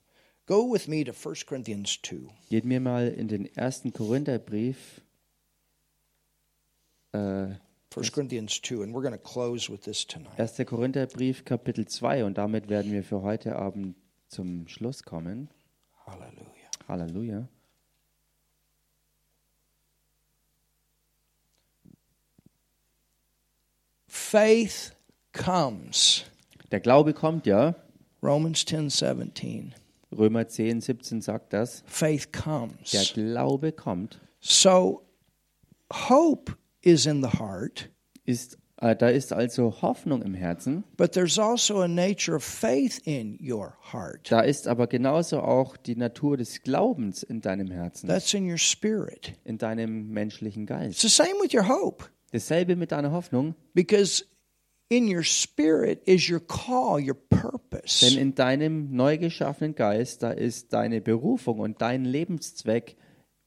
[SPEAKER 1] Go with me to 1 Corinthians 2.
[SPEAKER 2] Geht mir mal in den ersten Korintherbrief. Äh,
[SPEAKER 1] 1 Corinthians 2, and we're going to close with this tonight.
[SPEAKER 2] 1. Korintherbrief, Kapitel 2. Und damit werden wir für heute Abend zum Schluss kommen.
[SPEAKER 1] Hallelujah.
[SPEAKER 2] Halleluja.
[SPEAKER 1] Faith comes.
[SPEAKER 2] Der Glaube kommt ja.
[SPEAKER 1] Romans 10 17.
[SPEAKER 2] Römer 10, 17 sagt das.
[SPEAKER 1] Faith
[SPEAKER 2] Der
[SPEAKER 1] comes.
[SPEAKER 2] Glaube kommt.
[SPEAKER 1] So hope is in the heart,
[SPEAKER 2] Ist, äh, da ist also Hoffnung im Herzen.
[SPEAKER 1] but there's also a nature of faith in your heart.
[SPEAKER 2] Da ist aber genauso auch die Natur des Glaubens in deinem Herzen,
[SPEAKER 1] That's in your spirit.
[SPEAKER 2] in deinem menschlichen
[SPEAKER 1] It's
[SPEAKER 2] Geist.
[SPEAKER 1] the same with your hope,
[SPEAKER 2] Dasselbe mit deiner Hoffnung,
[SPEAKER 1] because in your spirit is your call, your
[SPEAKER 2] denn
[SPEAKER 1] purpose.
[SPEAKER 2] in deinem neu geschaffenen Geist, da ist deine Berufung und dein Lebenszweck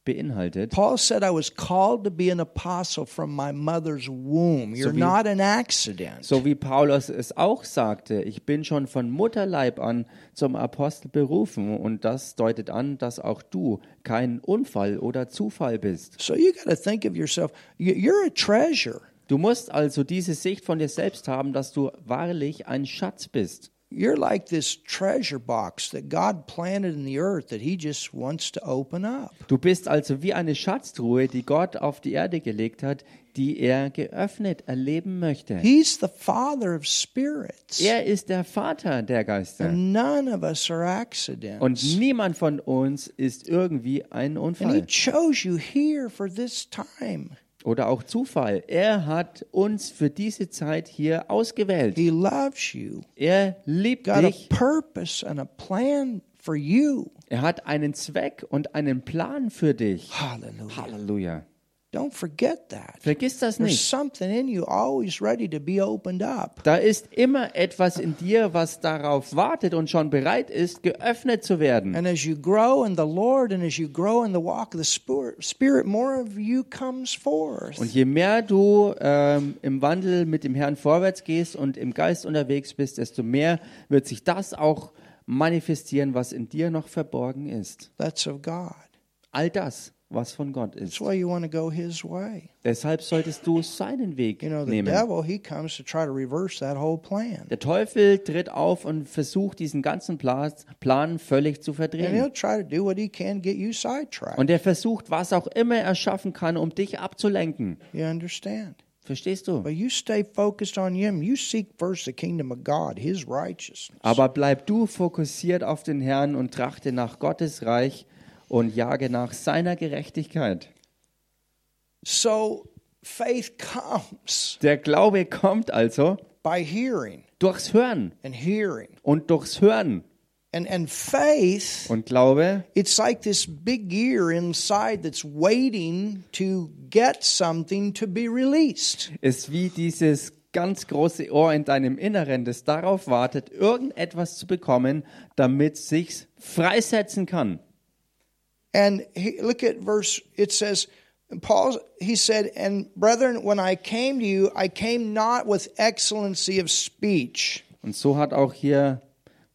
[SPEAKER 2] beinhaltet.
[SPEAKER 1] Paul said, I was called to be an apostle from my mother's womb. You're
[SPEAKER 2] wie-
[SPEAKER 1] not an accident.
[SPEAKER 2] So wie Paulus es auch sagte, ich bin schon von Mutterleib an zum Apostel berufen und das deutet an, dass auch du kein Unfall oder Zufall bist.
[SPEAKER 1] So you got to think of yourself. you- You're a treasure.
[SPEAKER 2] Du musst also diese Sicht von dir selbst haben, dass du wahrlich ein Schatz bist.
[SPEAKER 1] You're like this treasure box that God planted in the earth that He just wants to open up.
[SPEAKER 2] Du bist also wie eine Schatztruhe, die Gott auf die Erde gelegt hat, die er geöffnet erleben möchte.
[SPEAKER 1] He's the Father of spirits.
[SPEAKER 2] Er ist der Vater der Geister.
[SPEAKER 1] None of us are
[SPEAKER 2] Und
[SPEAKER 1] accidents.
[SPEAKER 2] niemand von uns ist irgendwie ein
[SPEAKER 1] And He
[SPEAKER 2] Unfall
[SPEAKER 1] chose you here for this time.
[SPEAKER 2] oder auch Zufall. Er hat uns für diese Zeit hier ausgewählt.
[SPEAKER 1] He loves you.
[SPEAKER 2] Er liebt
[SPEAKER 1] Got
[SPEAKER 2] dich.
[SPEAKER 1] a purpose and a plan for you.
[SPEAKER 2] Er hat einen Zweck und einen Plan für dich.
[SPEAKER 1] Hallelujah.
[SPEAKER 2] Halleluja.
[SPEAKER 1] Don't forget that.
[SPEAKER 2] Vergiss das
[SPEAKER 1] There's
[SPEAKER 2] nicht.
[SPEAKER 1] something in you always ready to be opened up.
[SPEAKER 2] Da ist immer etwas in dir, was darauf wartet und schon bereit ist, geöffnet zu werden.
[SPEAKER 1] And as you grow in the Lord and as you grow in the walk of the Spir- Spirit, more of you comes forth.
[SPEAKER 2] Und je mehr du ähm, im Wandel mit dem Herrn vorwärts gehst und im Geist unterwegs bist, desto mehr wird sich das auch manifestieren, was in dir noch verborgen ist.
[SPEAKER 1] That's of God.
[SPEAKER 2] All das, was von Gott ist.
[SPEAKER 1] That's why you want to go His way.
[SPEAKER 2] Deshalb solltest du seinen Weg
[SPEAKER 1] You know, the
[SPEAKER 2] nehmen.
[SPEAKER 1] devil, he comes to try to reverse that whole plan.
[SPEAKER 2] Der Teufel tritt auf und versucht, diesen ganzen Pla- Plan völlig zu
[SPEAKER 1] And
[SPEAKER 2] verdrehen.
[SPEAKER 1] he'll try to do what he can to get you sidetracked.
[SPEAKER 2] Und er versucht, was auch immer er schaffen kann, um dich abzulenken.
[SPEAKER 1] You understand?
[SPEAKER 2] Verstehst du?
[SPEAKER 1] But you stay focused on Him. You seek first the kingdom of God, His righteousness.
[SPEAKER 2] Aber bleib du fokussiert auf den Herrn und trachte nach Gottes Reich und jage nach seiner Gerechtigkeit.
[SPEAKER 1] So faith comes
[SPEAKER 2] Der Glaube kommt also
[SPEAKER 1] by hearing.
[SPEAKER 2] Durchs Hören
[SPEAKER 1] and hearing.
[SPEAKER 2] und durchs Hören.
[SPEAKER 1] And, and faith,
[SPEAKER 2] Und Glaube,
[SPEAKER 1] it's like this big gear inside that's waiting to get something to be released.
[SPEAKER 2] ist wie dieses ganz große Ohr in deinem Inneren, das darauf wartet, irgendetwas zu bekommen, damit sich's freisetzen kann.
[SPEAKER 1] And he, look at verse, it says, Paul, he said, And brethren, when I came to you, I came not with excellency of speech.
[SPEAKER 2] Und so hat auch hier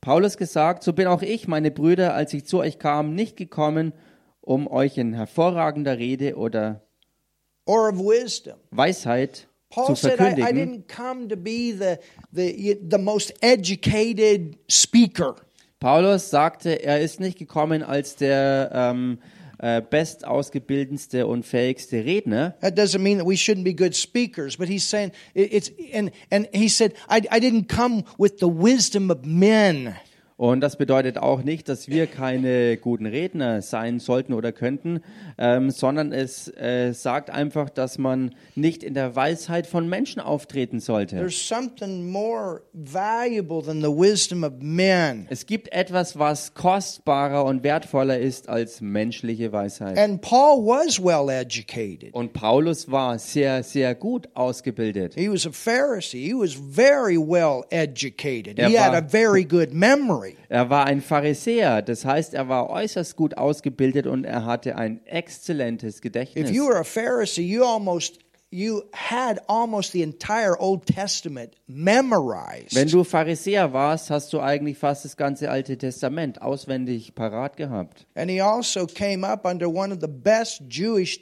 [SPEAKER 2] Paulus gesagt, so bin auch ich, meine Brüder, als ich zu euch kam, nicht gekommen, um euch in hervorragender Rede oder
[SPEAKER 1] or of wisdom.
[SPEAKER 2] Weisheit
[SPEAKER 1] Paul
[SPEAKER 2] zu
[SPEAKER 1] said, I, I
[SPEAKER 2] verkündigen.
[SPEAKER 1] didn't come to be the, the, the most educated speaker.
[SPEAKER 2] Paulus sagte, er ist nicht gekommen als der ähm, äh, bestausgebildendste und fähigste Redner.
[SPEAKER 1] That doesn't mean that we shouldn't be good speakers, but he's saying it, it's and and he said, I, I didn't come with the wisdom of men.
[SPEAKER 2] Und das bedeutet auch nicht, dass wir keine guten Redner sein sollten oder könnten, ähm, sondern es äh, sagt einfach, dass man nicht in der Weisheit von Menschen auftreten sollte.
[SPEAKER 1] There's something more valuable than the wisdom of men.
[SPEAKER 2] Es gibt etwas, was kostbarer und wertvoller ist als menschliche Weisheit.
[SPEAKER 1] And Paul was well educated.
[SPEAKER 2] Und Paulus war sehr, sehr gut ausgebildet.
[SPEAKER 1] He was a Pharisee. He was very well educated.
[SPEAKER 2] Er
[SPEAKER 1] He had
[SPEAKER 2] war-
[SPEAKER 1] a very good memory.
[SPEAKER 2] Er war ein Pharisäer, das heißt, er war äußerst gut ausgebildet und er hatte ein exzellentes
[SPEAKER 1] If
[SPEAKER 2] Gedächtnis.
[SPEAKER 1] you were a Pharisee, you almost you had almost the entire Old Testament memorized.
[SPEAKER 2] Wenn du Pharisäer warst, hast du eigentlich fast das ganze Alte Testament auswendig parat gehabt.
[SPEAKER 1] and he also came up under one of the best Jewish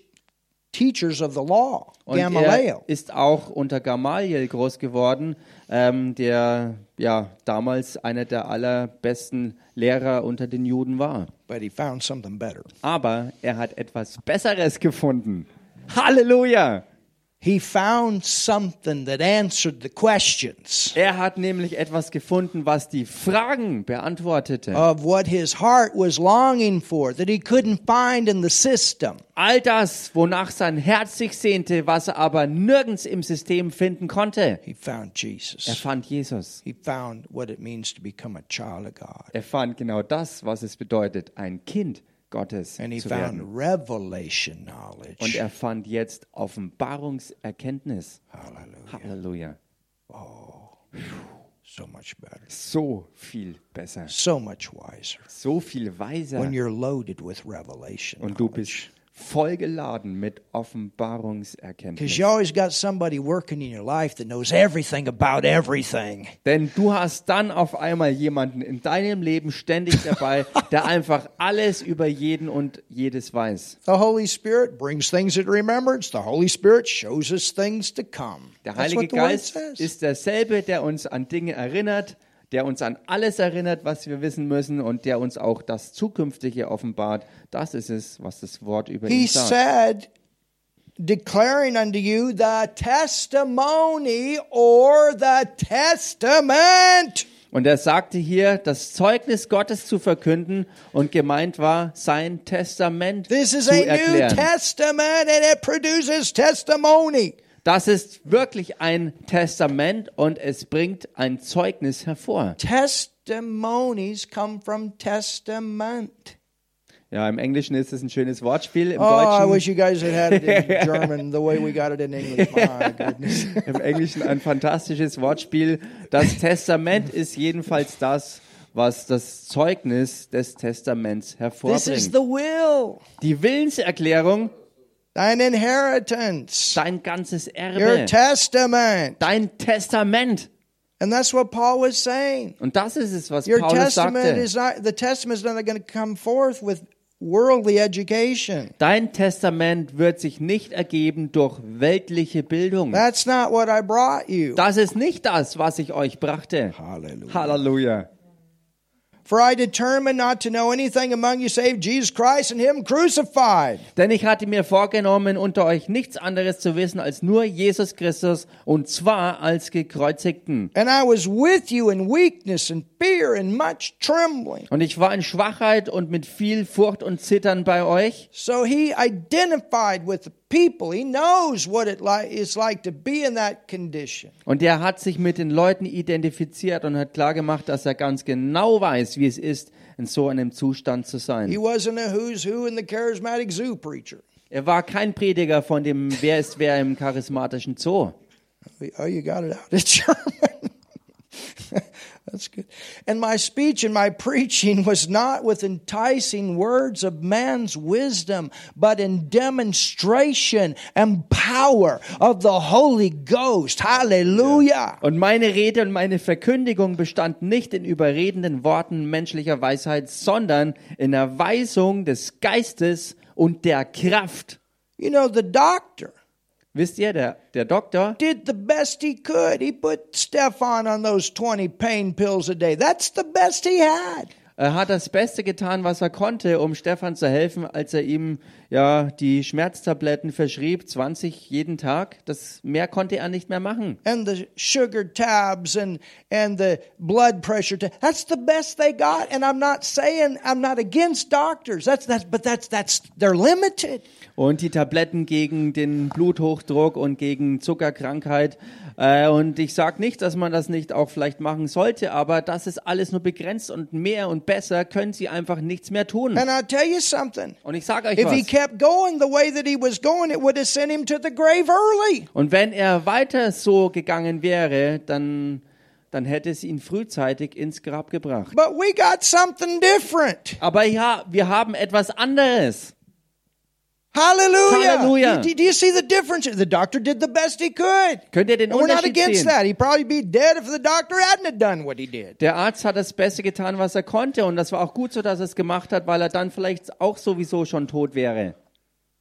[SPEAKER 1] teachers of the law,
[SPEAKER 2] Und
[SPEAKER 1] Gamaliel.
[SPEAKER 2] er ist auch unter Gamaliel groß geworden, ähm, der ja damals einer der allerbesten Lehrer unter den Juden war.
[SPEAKER 1] but he found something better.
[SPEAKER 2] Aber er hat etwas Besseres gefunden. Halleluja!
[SPEAKER 1] He found something that answered the questions
[SPEAKER 2] Er hat nämlich etwas gefunden, was die Fragen beantwortete.
[SPEAKER 1] of what his heart was longing for that he couldn't find in the system.
[SPEAKER 2] All das, wonach sein Herz sich sehnte, was er aber nirgends im System finden konnte.
[SPEAKER 1] He found
[SPEAKER 2] Er
[SPEAKER 1] Jesus.
[SPEAKER 2] fand Jesus.
[SPEAKER 1] He found what it means to become a child of God.
[SPEAKER 2] Er fand genau das, was es bedeutet, ein Kind Gottes
[SPEAKER 1] And he
[SPEAKER 2] zu werden.
[SPEAKER 1] found revelation knowledge.
[SPEAKER 2] Und er fand jetzt Offenbarungserkenntnis.
[SPEAKER 1] Hallelujah.
[SPEAKER 2] Halleluja.
[SPEAKER 1] So much better.
[SPEAKER 2] So viel besser.
[SPEAKER 1] So much wiser.
[SPEAKER 2] So viel
[SPEAKER 1] When
[SPEAKER 2] weiser.
[SPEAKER 1] you're loaded with revelation.
[SPEAKER 2] Und du bist vollgeladen mit Offenbarungserkenntnis.
[SPEAKER 1] Because you always got somebody working in your life that knows everything about everything.
[SPEAKER 2] Denn du hast dann auf einmal jemanden in deinem Leben ständig dabei, der einfach alles über jeden und jedes weiß.
[SPEAKER 1] The Holy Spirit brings things to remembrance. The Holy Spirit shows us things to come.
[SPEAKER 2] Der
[SPEAKER 1] That's
[SPEAKER 2] Heilige
[SPEAKER 1] what the Word
[SPEAKER 2] Geist
[SPEAKER 1] says.
[SPEAKER 2] ist derselbe, der uns an Dinge erinnert, der uns an alles erinnert, was wir wissen müssen und der uns auch das Zukünftige offenbart. Das ist es, was das Wort über
[SPEAKER 1] he
[SPEAKER 2] ihn sagt.
[SPEAKER 1] said, declaring unto you the testimony or the testament.
[SPEAKER 2] Und er sagte hier, das Zeugnis Gottes zu verkünden und gemeint war, sein Testament
[SPEAKER 1] This is
[SPEAKER 2] zu
[SPEAKER 1] a
[SPEAKER 2] erklären.
[SPEAKER 1] New Testament and it produces testimony.
[SPEAKER 2] Das ist wirklich ein Testament und es bringt ein Zeugnis hervor.
[SPEAKER 1] Testimonies come from testament.
[SPEAKER 2] Ja, im Englischen ist es ein schönes Wortspiel. Im
[SPEAKER 1] Oh, I
[SPEAKER 2] Deutschen,
[SPEAKER 1] wish you guys had had it in German the way we got it in English. My goodness.
[SPEAKER 2] im Englischen ein fantastisches Wortspiel. Das Testament ist jedenfalls das, was das Zeugnis des Testaments
[SPEAKER 1] This is
[SPEAKER 2] hervorbringt.
[SPEAKER 1] the will,
[SPEAKER 2] Die Willenserklärung,
[SPEAKER 1] thine inheritance,
[SPEAKER 2] dein ganzes
[SPEAKER 1] your
[SPEAKER 2] Erbe,
[SPEAKER 1] testament.
[SPEAKER 2] dein Testament.
[SPEAKER 1] And that's what Paul was saying.
[SPEAKER 2] Und das ist es, was
[SPEAKER 1] Your
[SPEAKER 2] Paulus
[SPEAKER 1] testament
[SPEAKER 2] sagte.
[SPEAKER 1] is not the testament is not going to come forth with worldly education.
[SPEAKER 2] Dein Testament wird sich nicht ergeben durch weltliche Bildung.
[SPEAKER 1] That's not what I brought you.
[SPEAKER 2] Das ist nicht das, was ich euch brachte.
[SPEAKER 1] Hallelujah.
[SPEAKER 2] Halleluja.
[SPEAKER 1] For I determined not to know anything among you save Jesus Christ and Him crucified.
[SPEAKER 2] Denn ich hatte mir vorgenommen, unter euch nichts anderes zu wissen als nur Jesus Christus und zwar als gekreuzigten.
[SPEAKER 1] And I was with you in weakness and fear and much trembling.
[SPEAKER 2] Und ich war in Schwachheit und mit viel Furcht und Zittern bei euch.
[SPEAKER 1] So he identified with the people. He knows what it li- is like to be in that condition.
[SPEAKER 2] Und er hat sich mit den Leuten identifiziert und hat klargemacht, dass er ganz genau weiß, wie es ist, in so einem Zustand zu
[SPEAKER 1] He
[SPEAKER 2] sein.
[SPEAKER 1] wasn't a who's who in the charismatic zoo preacher.
[SPEAKER 2] Er war kein Prediger von dem Wer ist wer im charismatischen Zoo.
[SPEAKER 1] Oh, you got it out. It's German. That's good. And my speech and my preaching was not with enticing words of man's wisdom, but in demonstration and power of the Holy Ghost. Hallelujah.
[SPEAKER 2] Und meine Rede und meine Verkündigung bestand nicht in überredenden Worten menschlicher Weisheit, sondern in der Weisung des Geistes und der Kraft.
[SPEAKER 1] You know, the doctor
[SPEAKER 2] Wisst ihr, der, der Doktor,
[SPEAKER 1] did the best he could. He put Stefan on those 20 pain pills a day. That's the best he had.
[SPEAKER 2] er hat das Beste getan, was er konnte, um Stefan zu helfen, als er ihm ja die Schmerztabletten verschrieb, 20 jeden Tag. Das mehr konnte er nicht mehr machen.
[SPEAKER 1] and the sugar tabs and and the blood pressure tab. That's the best they got. And I'm not saying I'm not against doctors. That's that's but that's that's they're limited.
[SPEAKER 2] Und die Tabletten gegen den Bluthochdruck und gegen Zuckerkrankheit. Äh, und ich sage nicht, dass man das nicht auch vielleicht machen sollte, aber das ist alles nur begrenzt und mehr und besser können sie einfach nichts mehr tun.
[SPEAKER 1] And I tell you something.
[SPEAKER 2] Und ich sage euch
[SPEAKER 1] If he
[SPEAKER 2] was.
[SPEAKER 1] kept going the way that he was going, it would have sent him to the grave early.
[SPEAKER 2] Und wenn er weiter so gegangen wäre, dann, dann hätte es ihn frühzeitig ins Grab gebracht.
[SPEAKER 1] But we got something different.
[SPEAKER 2] Aber ja, wir haben etwas anderes.
[SPEAKER 1] Hallelujah.
[SPEAKER 2] Hallelujah.
[SPEAKER 1] Do, do you see the difference? The doctor did the best he could.
[SPEAKER 2] Könnt ihr den
[SPEAKER 1] And we're not
[SPEAKER 2] Unterschied
[SPEAKER 1] against
[SPEAKER 2] sehen?
[SPEAKER 1] that. He'd probably be dead if the doctor hadn't have done what he did.
[SPEAKER 2] Der Arzt hat das Beste getan, was er konnte. Und das war auch gut so, dass er es gemacht hat, weil er dann vielleicht auch sowieso schon tot wäre.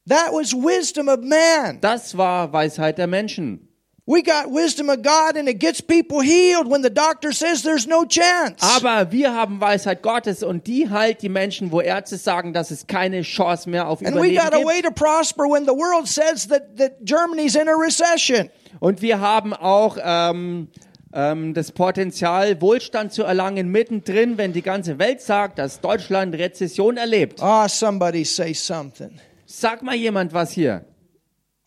[SPEAKER 1] That was wisdom of man.
[SPEAKER 2] Das war Weisheit der Menschen.
[SPEAKER 1] We got wisdom of God and it gets people healed when the doctor says there's no chance.
[SPEAKER 2] Aber wir haben Weisheit Gottes und die halt die Menschen, wo Ärzte sagen, dass es keine Chance mehr auf
[SPEAKER 1] and we
[SPEAKER 2] Überleben
[SPEAKER 1] got a
[SPEAKER 2] gibt.
[SPEAKER 1] way to prosper when the world says that, that Germany's in a recession.
[SPEAKER 2] Und wir haben auch ähm, ähm, das Potenzial, Wohlstand zu erlangen mittendrin, wenn die ganze Welt sagt, dass Deutschland Rezession erlebt.
[SPEAKER 1] Ah, somebody say something.
[SPEAKER 2] Sag mal jemand was hier.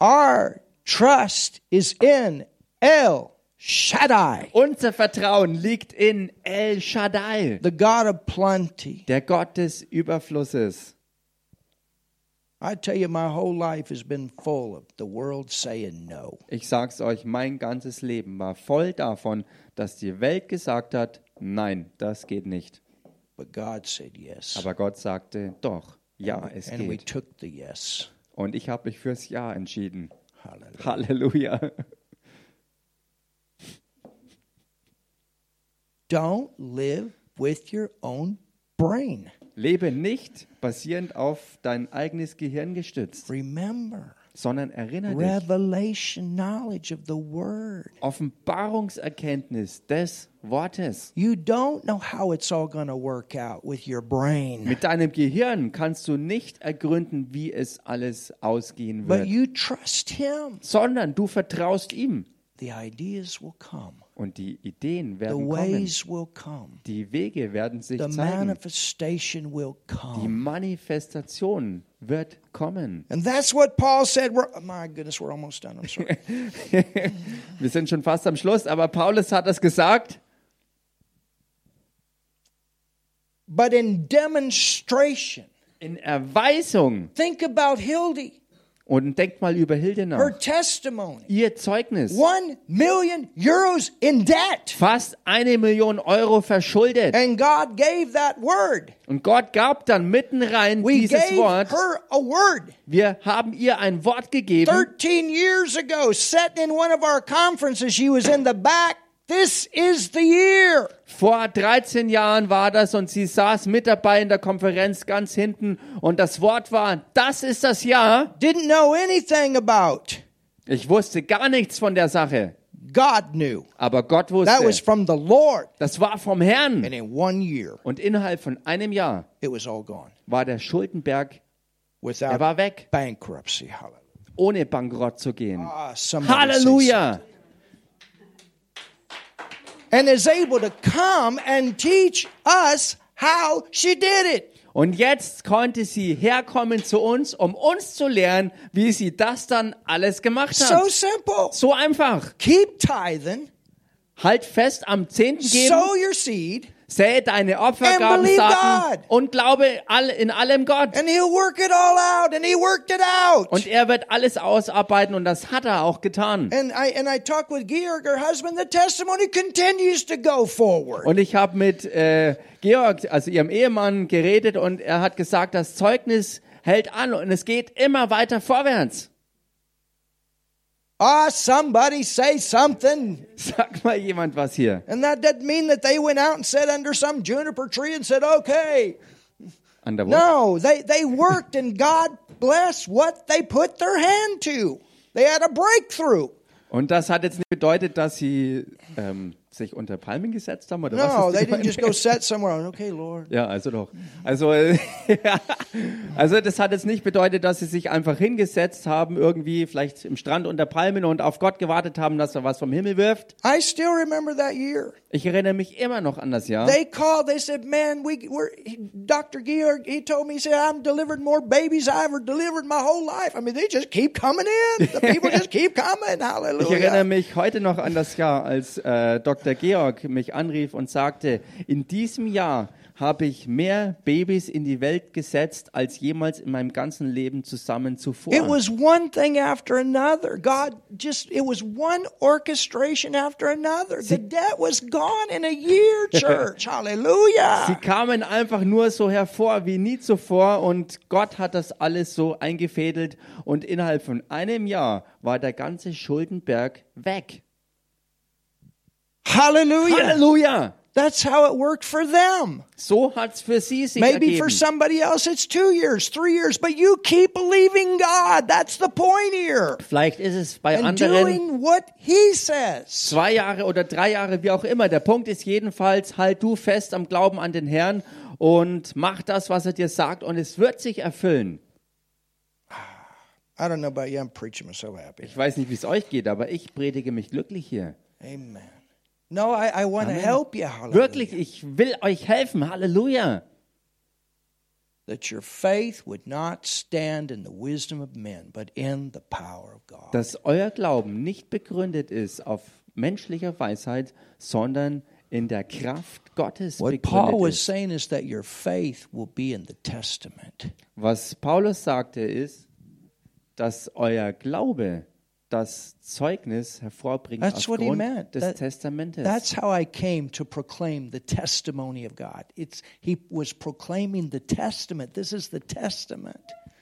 [SPEAKER 1] Our trust is in El Shaddai,
[SPEAKER 2] Unser Vertrauen liegt in El Shaddai,
[SPEAKER 1] the God of plenty.
[SPEAKER 2] der Gott des Überflusses.
[SPEAKER 1] I tell you, my whole life has been full of the world saying no.
[SPEAKER 2] Ich sag's euch, mein ganzes Leben war voll davon, dass die Welt gesagt hat, nein, das geht nicht.
[SPEAKER 1] But God said yes.
[SPEAKER 2] Aber Gott sagte, doch, ja, es
[SPEAKER 1] And we
[SPEAKER 2] geht.
[SPEAKER 1] took the yes.
[SPEAKER 2] Und ich habe mich fürs Ja entschieden.
[SPEAKER 1] Hallelujah.
[SPEAKER 2] Halleluja.
[SPEAKER 1] Don't live with your own brain.
[SPEAKER 2] Lebe nicht basierend auf dein eigenes Gehirn gestützt,
[SPEAKER 1] Remember.
[SPEAKER 2] sondern erinnere dich.
[SPEAKER 1] revelation knowledge of the word.
[SPEAKER 2] Offenbarungserkenntnis des Wortes.
[SPEAKER 1] You don't know how it's all going to work out with your brain,
[SPEAKER 2] Mit deinem Gehirn kannst du nicht ergründen, wie es alles ausgehen
[SPEAKER 1] but
[SPEAKER 2] wird,
[SPEAKER 1] you trust Him.
[SPEAKER 2] sondern du vertraust ihm.
[SPEAKER 1] The ideas will come,
[SPEAKER 2] Und die Ideen
[SPEAKER 1] the
[SPEAKER 2] werden kommen.
[SPEAKER 1] ways will come,
[SPEAKER 2] Die Wege werden sich
[SPEAKER 1] the
[SPEAKER 2] zeigen.
[SPEAKER 1] manifestation will
[SPEAKER 2] Die
[SPEAKER 1] come.
[SPEAKER 2] Manifestation wird kommen.
[SPEAKER 1] And that's what Paul said. We're, oh, my goodness, we're almost done. I'm sorry.
[SPEAKER 2] Wir sind schon fast am Schluss, aber Paulus hat das gesagt.
[SPEAKER 1] but in demonstration,
[SPEAKER 2] In Erweisung.
[SPEAKER 1] think about Hildy,
[SPEAKER 2] Und denkt mal über Hilde
[SPEAKER 1] her
[SPEAKER 2] nach.
[SPEAKER 1] testimony.
[SPEAKER 2] Ihr Zeugnis.
[SPEAKER 1] One million euros in debt.
[SPEAKER 2] Fast eine Million Euro verschuldet.
[SPEAKER 1] And God gave that word.
[SPEAKER 2] Und Gott gab dann mitten rein
[SPEAKER 1] We
[SPEAKER 2] dieses
[SPEAKER 1] gave
[SPEAKER 2] Wort.
[SPEAKER 1] her a word.
[SPEAKER 2] Wir haben ihr ein Wort gegeben.
[SPEAKER 1] 13 years ago, sitting in one of our conferences, she was in the back. This is the year.
[SPEAKER 2] Vor 13 Jahren war das und sie saß mit dabei in der Konferenz ganz hinten und das Wort war, das ist das Jahr.
[SPEAKER 1] Didn't know anything about
[SPEAKER 2] Ich wusste gar nichts von der Sache,
[SPEAKER 1] God knew.
[SPEAKER 2] aber Gott
[SPEAKER 1] That was
[SPEAKER 2] wusste.
[SPEAKER 1] from the Lord.
[SPEAKER 2] Das war vom Herrn.
[SPEAKER 1] And in one year,
[SPEAKER 2] Und innerhalb von einem Jahr
[SPEAKER 1] it was all gone.
[SPEAKER 2] war der Schuldenberg, er
[SPEAKER 1] Without
[SPEAKER 2] war weg,
[SPEAKER 1] bankruptcy. Hallelujah.
[SPEAKER 2] ohne bankrott zu gehen.
[SPEAKER 1] Ah, somebody say
[SPEAKER 2] Halleluja!
[SPEAKER 1] something. And is able to come and teach us how she did it.
[SPEAKER 2] Und jetzt konnte sie herkommen zu uns, um uns zu lernen, wie sie das dann alles gemacht
[SPEAKER 1] So
[SPEAKER 2] hat.
[SPEAKER 1] simple.
[SPEAKER 2] So einfach.
[SPEAKER 1] Keep tithing,
[SPEAKER 2] Halt fest am Zehnten geben,
[SPEAKER 1] sow your seed,
[SPEAKER 2] sähe deine
[SPEAKER 1] And believe
[SPEAKER 2] Opfergabensachen
[SPEAKER 1] God.
[SPEAKER 2] und glaube all, in allem Gott.
[SPEAKER 1] and he'll work it all out. And he worked it out.
[SPEAKER 2] Und er wird alles ausarbeiten und das hat er auch getan.
[SPEAKER 1] and I and I talked with Georg, her husband. The testimony continues to go forward.
[SPEAKER 2] Und ich habe mit äh, Georg, also ihrem Ehemann, geredet und er hat gesagt, das Zeugnis hält an und es geht immer weiter vorwärts.
[SPEAKER 1] Ah, somebody say something.
[SPEAKER 2] Sag mal jemand was hier.
[SPEAKER 1] And that doesn't mean that they went out and sat under some juniper tree and said, okay.
[SPEAKER 2] An der Wurzel.
[SPEAKER 1] No, they, they worked and God bless what they put their hand to. They had a breakthrough.
[SPEAKER 2] Und das hat jetzt nicht bedeutet, dass sie ähm, sich unter Palmen gesetzt haben oder
[SPEAKER 1] No,
[SPEAKER 2] was? ist
[SPEAKER 1] they
[SPEAKER 2] die
[SPEAKER 1] didn't just
[SPEAKER 2] Gemeinde?
[SPEAKER 1] go sit somewhere and, okay, Lord.
[SPEAKER 2] ja, also doch. Also, ja. also das hat jetzt nicht bedeutet, dass sie sich einfach hingesetzt haben, irgendwie vielleicht im Strand unter Palmen und auf Gott gewartet haben, dass er was vom Himmel wirft.
[SPEAKER 1] I still remember that year.
[SPEAKER 2] Ich erinnere mich immer noch an das Jahr.
[SPEAKER 1] They called, they said, man, we, we're, Dr. Georg, he told me, he said, I'm delivering more babies I ever delivered my whole life. I mean, they just keep coming in. The people just keep coming.
[SPEAKER 2] Ich erinnere
[SPEAKER 1] Hallelujah.
[SPEAKER 2] mich heute noch an das Jahr, als äh, Dr. Georg mich anrief und sagte, in diesem Jahr habe ich mehr Babys in die Welt gesetzt, als jemals in meinem ganzen Leben zusammen zuvor.
[SPEAKER 1] It was one thing after another. God just, it was one orchestration after another. The debt was gone in a year, church.
[SPEAKER 2] Sie
[SPEAKER 1] Hallelujah.
[SPEAKER 2] kamen einfach nur so hervor wie nie zuvor und Gott hat das alles so eingefädelt und innerhalb von einem Jahr war der ganze Schuldenberg weg.
[SPEAKER 1] Hallelujah.
[SPEAKER 2] Halleluja!
[SPEAKER 1] That's how it worked for them.
[SPEAKER 2] So hat's für sie sich
[SPEAKER 1] Maybe for
[SPEAKER 2] ergeben.
[SPEAKER 1] somebody else it's two years, three years, but you keep believing God. That's the point here.
[SPEAKER 2] Vielleicht ist es bei
[SPEAKER 1] And
[SPEAKER 2] anderen
[SPEAKER 1] doing what He says.
[SPEAKER 2] zwei Jahre oder drei Jahre, wie auch immer. Der Punkt ist jedenfalls, halt du fest am Glauben an den Herrn und mach das, was er dir sagt und es wird sich erfüllen.
[SPEAKER 1] I don't know about you, I'm preaching, I'm so happy.
[SPEAKER 2] Ich weiß nicht, wie es euch geht, aber ich predige mich glücklich hier.
[SPEAKER 1] Amen. No, I, I want to help you, hallelujah.
[SPEAKER 2] Wirklich, ich will euch helfen. Halleluja.
[SPEAKER 1] That your faith would not stand in the wisdom of men, but in the power of God.
[SPEAKER 2] Dass euer Glauben nicht begründet ist auf menschlicher Weisheit, sondern in der Kraft Gottes
[SPEAKER 1] What
[SPEAKER 2] begründet
[SPEAKER 1] Paul was
[SPEAKER 2] ist.
[SPEAKER 1] saying is that your faith will be in the testament.
[SPEAKER 2] Was Paulus sagte ist, dass euer Glaube das Zeugnis hervorbringt
[SPEAKER 1] That's what he
[SPEAKER 2] aufgrund
[SPEAKER 1] meant.
[SPEAKER 2] des
[SPEAKER 1] That-
[SPEAKER 2] Testamentes.
[SPEAKER 1] That's how I came to proclaim the testimony of God. It's he was proclaiming the testament. This is the testament.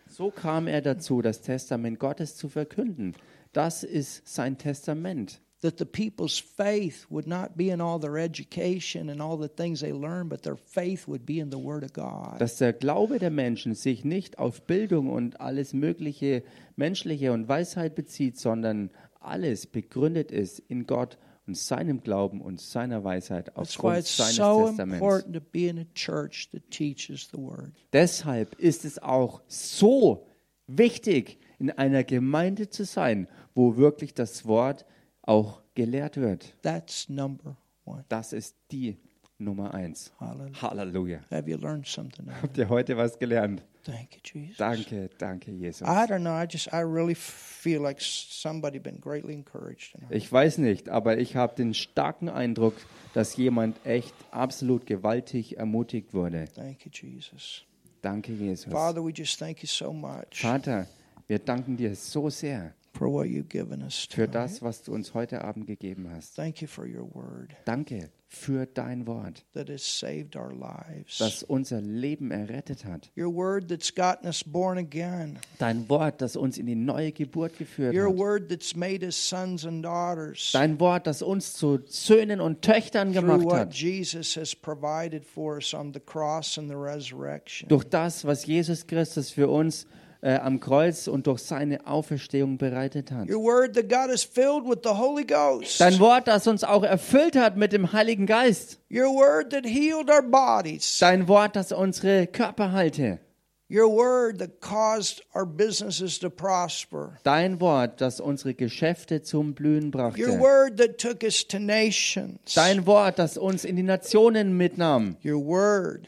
[SPEAKER 2] so kam er dazu, das Testament Gottes zu verkünden. Das ist sein Testament.
[SPEAKER 1] That the people's faith would not be in all their education and all the things they learn, but their faith would be in the Word of God.
[SPEAKER 2] Dass der Glaube der Menschen sich nicht auf Bildung und alles mögliche menschliche und Weisheit bezieht, sondern alles begründet ist in Gott und seinem Glauben und seiner Weisheit
[SPEAKER 1] That's why
[SPEAKER 2] aufgrund
[SPEAKER 1] it's
[SPEAKER 2] seines
[SPEAKER 1] so
[SPEAKER 2] Testaments.
[SPEAKER 1] important to be in a church that teaches the Word.
[SPEAKER 2] Deshalb ist es auch so wichtig, in einer Gemeinde zu sein, wo wirklich das Wort auch gelehrt wird.
[SPEAKER 1] That's number one.
[SPEAKER 2] Das ist die Nummer eins.
[SPEAKER 1] Hallelujah.
[SPEAKER 2] Halleluja.
[SPEAKER 1] Have you learned something? Now?
[SPEAKER 2] Habt ihr heute was gelernt?
[SPEAKER 1] Thank you, Jesus.
[SPEAKER 2] Danke, danke, Jesus.
[SPEAKER 1] I don't know. I just I really feel like somebody been greatly encouraged. tonight.
[SPEAKER 2] Ich weiß nicht, aber ich habe den starken Eindruck, dass jemand echt absolut gewaltig ermutigt wurde.
[SPEAKER 1] Thank you, Jesus.
[SPEAKER 2] Danke, Jesus.
[SPEAKER 1] Father, we just thank you so much
[SPEAKER 2] Vater, wir danken dir so sehr
[SPEAKER 1] for what you've given us.
[SPEAKER 2] für
[SPEAKER 1] tonight.
[SPEAKER 2] das, was du uns heute Abend gegeben hast.
[SPEAKER 1] Thank you for your word
[SPEAKER 2] Danke für dein Wort,
[SPEAKER 1] that has saved our lives.
[SPEAKER 2] das unser Leben errettet hat.
[SPEAKER 1] your word that's gotten us born again.
[SPEAKER 2] Dein Wort, das uns in die neue Geburt geführt
[SPEAKER 1] Your
[SPEAKER 2] hat.
[SPEAKER 1] word that's made us sons and daughters
[SPEAKER 2] Dein Wort, das uns zu Söhnen und Töchtern
[SPEAKER 1] through
[SPEAKER 2] gemacht
[SPEAKER 1] what
[SPEAKER 2] hat.
[SPEAKER 1] Jesus has provided for us on the cross and the resurrection.
[SPEAKER 2] Durch das, was Jesus Christus für uns äh, am Kreuz und durch seine Auferstehung bereitet hat.
[SPEAKER 1] Your word that got us filled with the Holy Ghost.
[SPEAKER 2] Dein Wort, das uns auch erfüllt hat mit dem Heiligen Geist.
[SPEAKER 1] Your word that healed our bodies.
[SPEAKER 2] Dein Wort, das unsere Körper halte.
[SPEAKER 1] Your word that caused our businesses to prosper.
[SPEAKER 2] Dein Wort, das unsere Geschäfte zum Blühen
[SPEAKER 1] Your
[SPEAKER 2] brachte.
[SPEAKER 1] word that took us to nations.
[SPEAKER 2] Dein Wort, das uns in die Nationen mitnahm.
[SPEAKER 1] Your word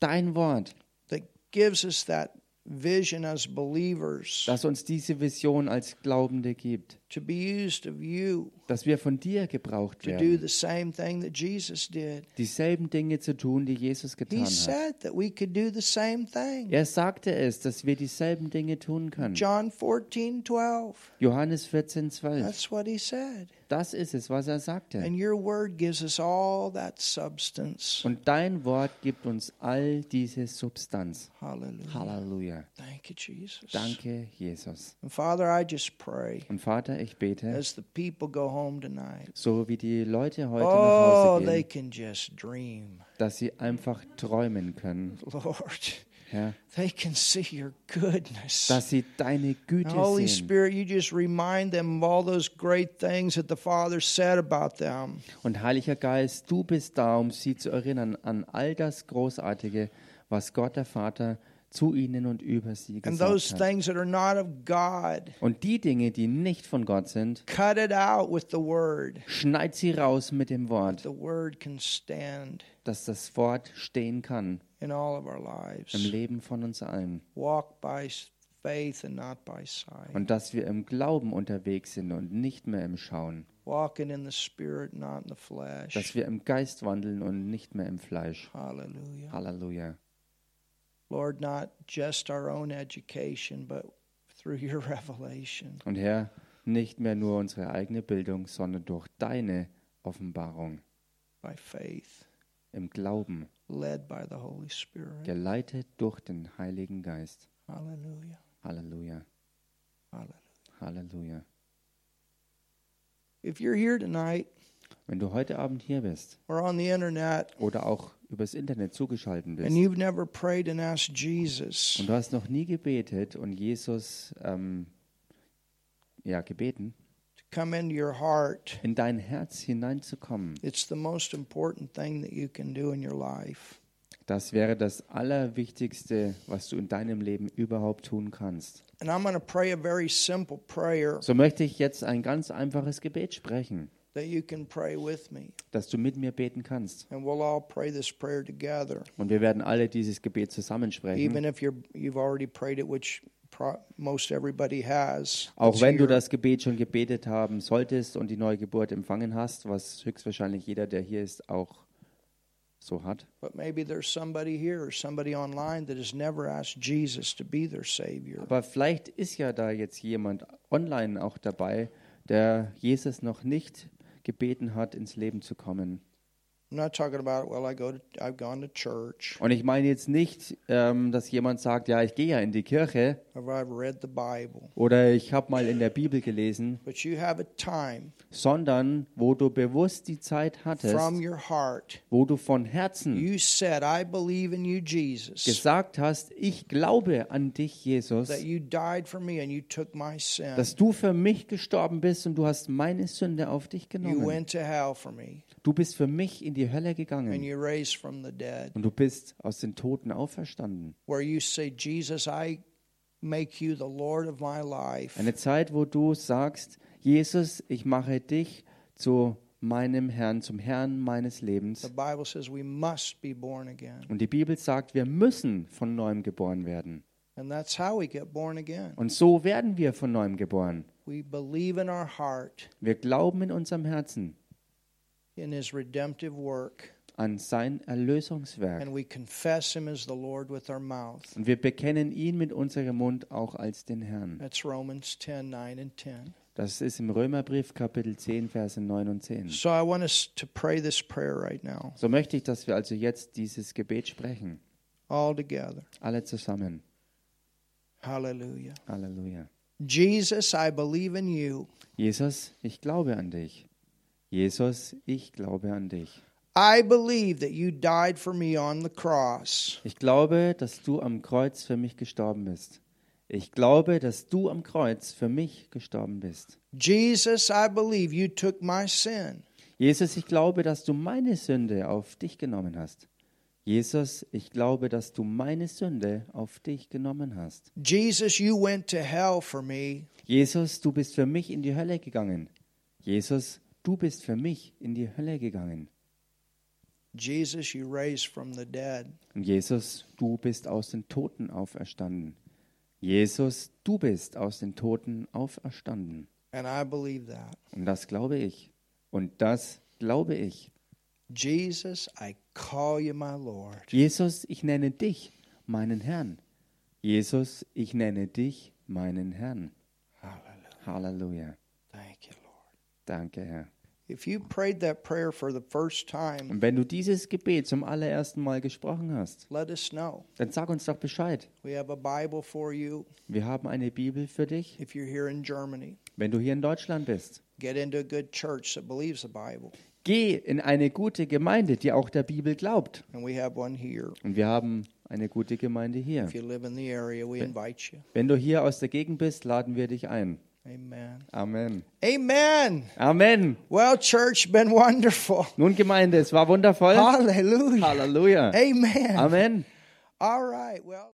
[SPEAKER 2] dein Wort,
[SPEAKER 1] that gives us that vision as believers
[SPEAKER 2] das uns diese Vision als Glaubende gibt,
[SPEAKER 1] to be used of you
[SPEAKER 2] dass wir von dir gebraucht
[SPEAKER 1] to do
[SPEAKER 2] werden,
[SPEAKER 1] the same thing that Jesus did.
[SPEAKER 2] dieselben Dinge zu tun, die Jesus
[SPEAKER 1] He
[SPEAKER 2] getan hat.
[SPEAKER 1] said that we could do the same thing.
[SPEAKER 2] Er sagte es, dass wir dieselben Dinge tun können.
[SPEAKER 1] John 14, 12.
[SPEAKER 2] Johannes 14, 12.
[SPEAKER 1] That's what he said.
[SPEAKER 2] Das ist es, was er sagte.
[SPEAKER 1] And your word gives us all that substance.
[SPEAKER 2] Und dein Wort gibt uns all diese Substanz.
[SPEAKER 1] Hallelujah.
[SPEAKER 2] Halleluja.
[SPEAKER 1] Thank you, Jesus.
[SPEAKER 2] Danke, Jesus.
[SPEAKER 1] And Father, I just pray
[SPEAKER 2] Und Vater, ich bete,
[SPEAKER 1] as the people go home tonight.
[SPEAKER 2] so wie die Leute heute nach
[SPEAKER 1] Oh,
[SPEAKER 2] Hause
[SPEAKER 1] they can
[SPEAKER 2] gehen,
[SPEAKER 1] just dream,
[SPEAKER 2] dass sie einfach träumen können,
[SPEAKER 1] Lord.
[SPEAKER 2] Herr,
[SPEAKER 1] They can see your goodness.
[SPEAKER 2] dass sie deine Güte
[SPEAKER 1] Holy
[SPEAKER 2] sehen.
[SPEAKER 1] Spirit, you just remind them of all those great things that the Father said about them.
[SPEAKER 2] Und Heiliger Geist, du bist da, um sie zu erinnern an all das Großartige, was Gott der Vater zu ihnen und über sie
[SPEAKER 1] And those
[SPEAKER 2] gesagt hat.
[SPEAKER 1] things that are not of God,
[SPEAKER 2] Und die Dinge, die nicht von Gott sind,
[SPEAKER 1] cut it out with the Word.
[SPEAKER 2] schneid sie raus mit dem Wort,
[SPEAKER 1] The Word can stand
[SPEAKER 2] dass das Wort stehen kann
[SPEAKER 1] in all of our
[SPEAKER 2] im
[SPEAKER 1] lives.
[SPEAKER 2] Leben von uns allen.
[SPEAKER 1] Walk by faith and not by sight.
[SPEAKER 2] Und dass wir im Glauben unterwegs sind und nicht mehr im Schauen.
[SPEAKER 1] Walking in the Spirit, not in the
[SPEAKER 2] Dass
[SPEAKER 1] flesh.
[SPEAKER 2] wir im Geist wandeln und nicht mehr im Fleisch.
[SPEAKER 1] Hallelujah.
[SPEAKER 2] Halleluja.
[SPEAKER 1] Lord, not just our own education, but through your revelation.
[SPEAKER 2] Und Herr, nicht mehr nur unsere eigene Bildung, sondern durch deine Offenbarung
[SPEAKER 1] by faith,
[SPEAKER 2] im Glauben,
[SPEAKER 1] led by the Holy Spirit.
[SPEAKER 2] geleitet durch den Heiligen Geist.
[SPEAKER 1] Hallelujah.
[SPEAKER 2] Halleluja.
[SPEAKER 1] Hallelujah.
[SPEAKER 2] Halleluja.
[SPEAKER 1] If you're here tonight
[SPEAKER 2] Wenn du heute Abend hier bist
[SPEAKER 1] or on the internet
[SPEAKER 2] oder auch übers Internet zugeschaltet bist
[SPEAKER 1] and you've never prayed and asked Jesus
[SPEAKER 2] und du hast noch nie gebetet und Jesus ähm, ja gebeten,
[SPEAKER 1] to come into your heart,
[SPEAKER 2] in dein Herz hineinzukommen,
[SPEAKER 1] it's the most important thing that you can do in your life.
[SPEAKER 2] das wäre das Allerwichtigste, was du in deinem Leben überhaupt tun kannst.
[SPEAKER 1] And I'm going to pray a very simple prayer
[SPEAKER 2] So möchte ich jetzt ein ganz einfaches Gebet sprechen,
[SPEAKER 1] that you can pray with me.
[SPEAKER 2] dass du mit mir beten kannst.
[SPEAKER 1] And we'll all pray this prayer together,
[SPEAKER 2] Und wir werden alle dieses Gebet zusammensprechen.
[SPEAKER 1] even if you're, you've already prayed it, which pro- most everybody has.
[SPEAKER 2] Auch
[SPEAKER 1] It's
[SPEAKER 2] wenn du
[SPEAKER 1] here.
[SPEAKER 2] das Gebet schon gebetet haben solltest und die Neugeburt empfangen hast, was höchstwahrscheinlich jeder, der hier ist, auch so hat.
[SPEAKER 1] But maybe there's somebody here or somebody online that has never asked Jesus to be their Savior.
[SPEAKER 2] Aber vielleicht ist ja da jetzt jemand online auch dabei, der Jesus noch nicht gebeten hat, ins Leben zu kommen.
[SPEAKER 1] I'm not talking about well, I go to, I've gone to church,
[SPEAKER 2] Und ich meine jetzt nicht, ähm, dass jemand sagt, ja, ich gehe ja in die Kirche
[SPEAKER 1] or I've read the Bible.
[SPEAKER 2] oder ich habe mal in der Bibel gelesen,
[SPEAKER 1] But you have a time
[SPEAKER 2] sondern wo du bewusst die Zeit
[SPEAKER 1] from
[SPEAKER 2] hattest,
[SPEAKER 1] your heart.
[SPEAKER 2] wo du von Herzen
[SPEAKER 1] You said, "I believe in you, Jesus,
[SPEAKER 2] gesagt hast, ich glaube an dich,
[SPEAKER 1] that
[SPEAKER 2] Jesus,
[SPEAKER 1] you died for me and you took my sin.
[SPEAKER 2] dass du für mich gestorben bist und du hast meine Sünde auf dich
[SPEAKER 1] You
[SPEAKER 2] genommen.
[SPEAKER 1] went to hell for me,
[SPEAKER 2] Du bist für mich in die Hölle
[SPEAKER 1] and
[SPEAKER 2] gegangen
[SPEAKER 1] you raised from the dead."
[SPEAKER 2] und du bist aus den Toten auferstanden.
[SPEAKER 1] Where you say, "Jesus, I make you the Lord of my life."
[SPEAKER 2] Eine Zeit, wo du sagst, Jesus, ich mache dich zu meinem Herrn, zum Herrn meines
[SPEAKER 1] The
[SPEAKER 2] Lebens.
[SPEAKER 1] Bible says we must be born again,
[SPEAKER 2] Und die Bibel sagt, wir müssen von neuem geboren werden.
[SPEAKER 1] and that's how we get born again.
[SPEAKER 2] Und so werden wir von neuem geboren.
[SPEAKER 1] We believe in our heart
[SPEAKER 2] Wir glauben in unserem Herzen
[SPEAKER 1] in his redemptive work
[SPEAKER 2] an sein Erlösungswerk.
[SPEAKER 1] and we confess him as the Lord with our mouth.
[SPEAKER 2] Und wir bekennen ihn mit unserem Mund auch als den Herrn.
[SPEAKER 1] That's Romans 10 9 and 10.
[SPEAKER 2] Das ist im Römerbrief Kapitel 10, Verse 9 und 10.
[SPEAKER 1] So I want us to pray this prayer right now,
[SPEAKER 2] So möchte ich, dass wir also jetzt dieses Gebet sprechen.
[SPEAKER 1] all together.
[SPEAKER 2] Alle zusammen.
[SPEAKER 1] Hallelujah.
[SPEAKER 2] Halleluja.
[SPEAKER 1] Jesus, I believe in you.
[SPEAKER 2] Jesus, ich glaube an dich. Jesus, ich glaube an dich.
[SPEAKER 1] I believe that you died for me on the cross.
[SPEAKER 2] Ich glaube, dass du am Kreuz für mich gestorben bist. Ich glaube, dass du am Kreuz für mich gestorben bist.
[SPEAKER 1] Jesus, I believe you took my sin.
[SPEAKER 2] Jesus, ich glaube, dass du meine Sünde auf dich genommen hast. Jesus, ich glaube, dass du meine Sünde auf dich genommen hast.
[SPEAKER 1] Jesus, you went to hell for me.
[SPEAKER 2] Jesus, du bist für mich in die Hölle gegangen. Jesus, du bist für mich in die Hölle gegangen.
[SPEAKER 1] Jesus, you raised from the dead.
[SPEAKER 2] Und Jesus, du bist aus den Toten auferstanden. Jesus, du bist aus den Toten auferstanden.
[SPEAKER 1] And I believe that.
[SPEAKER 2] Und das glaube ich. Und das glaube ich.
[SPEAKER 1] Jesus, I call you my Lord.
[SPEAKER 2] Jesus, ich nenne dich meinen Herrn. Jesus, ich nenne dich meinen Herrn.
[SPEAKER 1] Hallelujah.
[SPEAKER 2] Halleluja.
[SPEAKER 1] Thank you, Lord.
[SPEAKER 2] Danke, Herr.
[SPEAKER 1] If you prayed that prayer for the first time,
[SPEAKER 2] Und wenn du dieses Gebet zum allerersten Mal gesprochen hast,
[SPEAKER 1] let us know.
[SPEAKER 2] dann sag uns doch Bescheid.
[SPEAKER 1] We have a Bible for you
[SPEAKER 2] Wir haben eine Bibel für dich.
[SPEAKER 1] if you're here in Germany.
[SPEAKER 2] Wenn du hier in Deutschland bist,
[SPEAKER 1] Get into a good church that believes the Bible.
[SPEAKER 2] geh in eine gute Gemeinde, die auch der Bibel glaubt.
[SPEAKER 1] And we have one here.
[SPEAKER 2] Und wir haben eine gute Gemeinde hier.
[SPEAKER 1] If you live in the area, we invite you.
[SPEAKER 2] Wenn du hier aus der Gegend bist, laden wir dich ein.
[SPEAKER 1] Amen.
[SPEAKER 2] Amen.
[SPEAKER 1] Amen.
[SPEAKER 2] Amen.
[SPEAKER 1] Well, church, been wonderful.
[SPEAKER 2] Nun Gemeinde, es war wundervoll.
[SPEAKER 1] Hallelujah.
[SPEAKER 2] Halleluja.
[SPEAKER 1] Amen.
[SPEAKER 2] Amen.
[SPEAKER 1] All right. Well,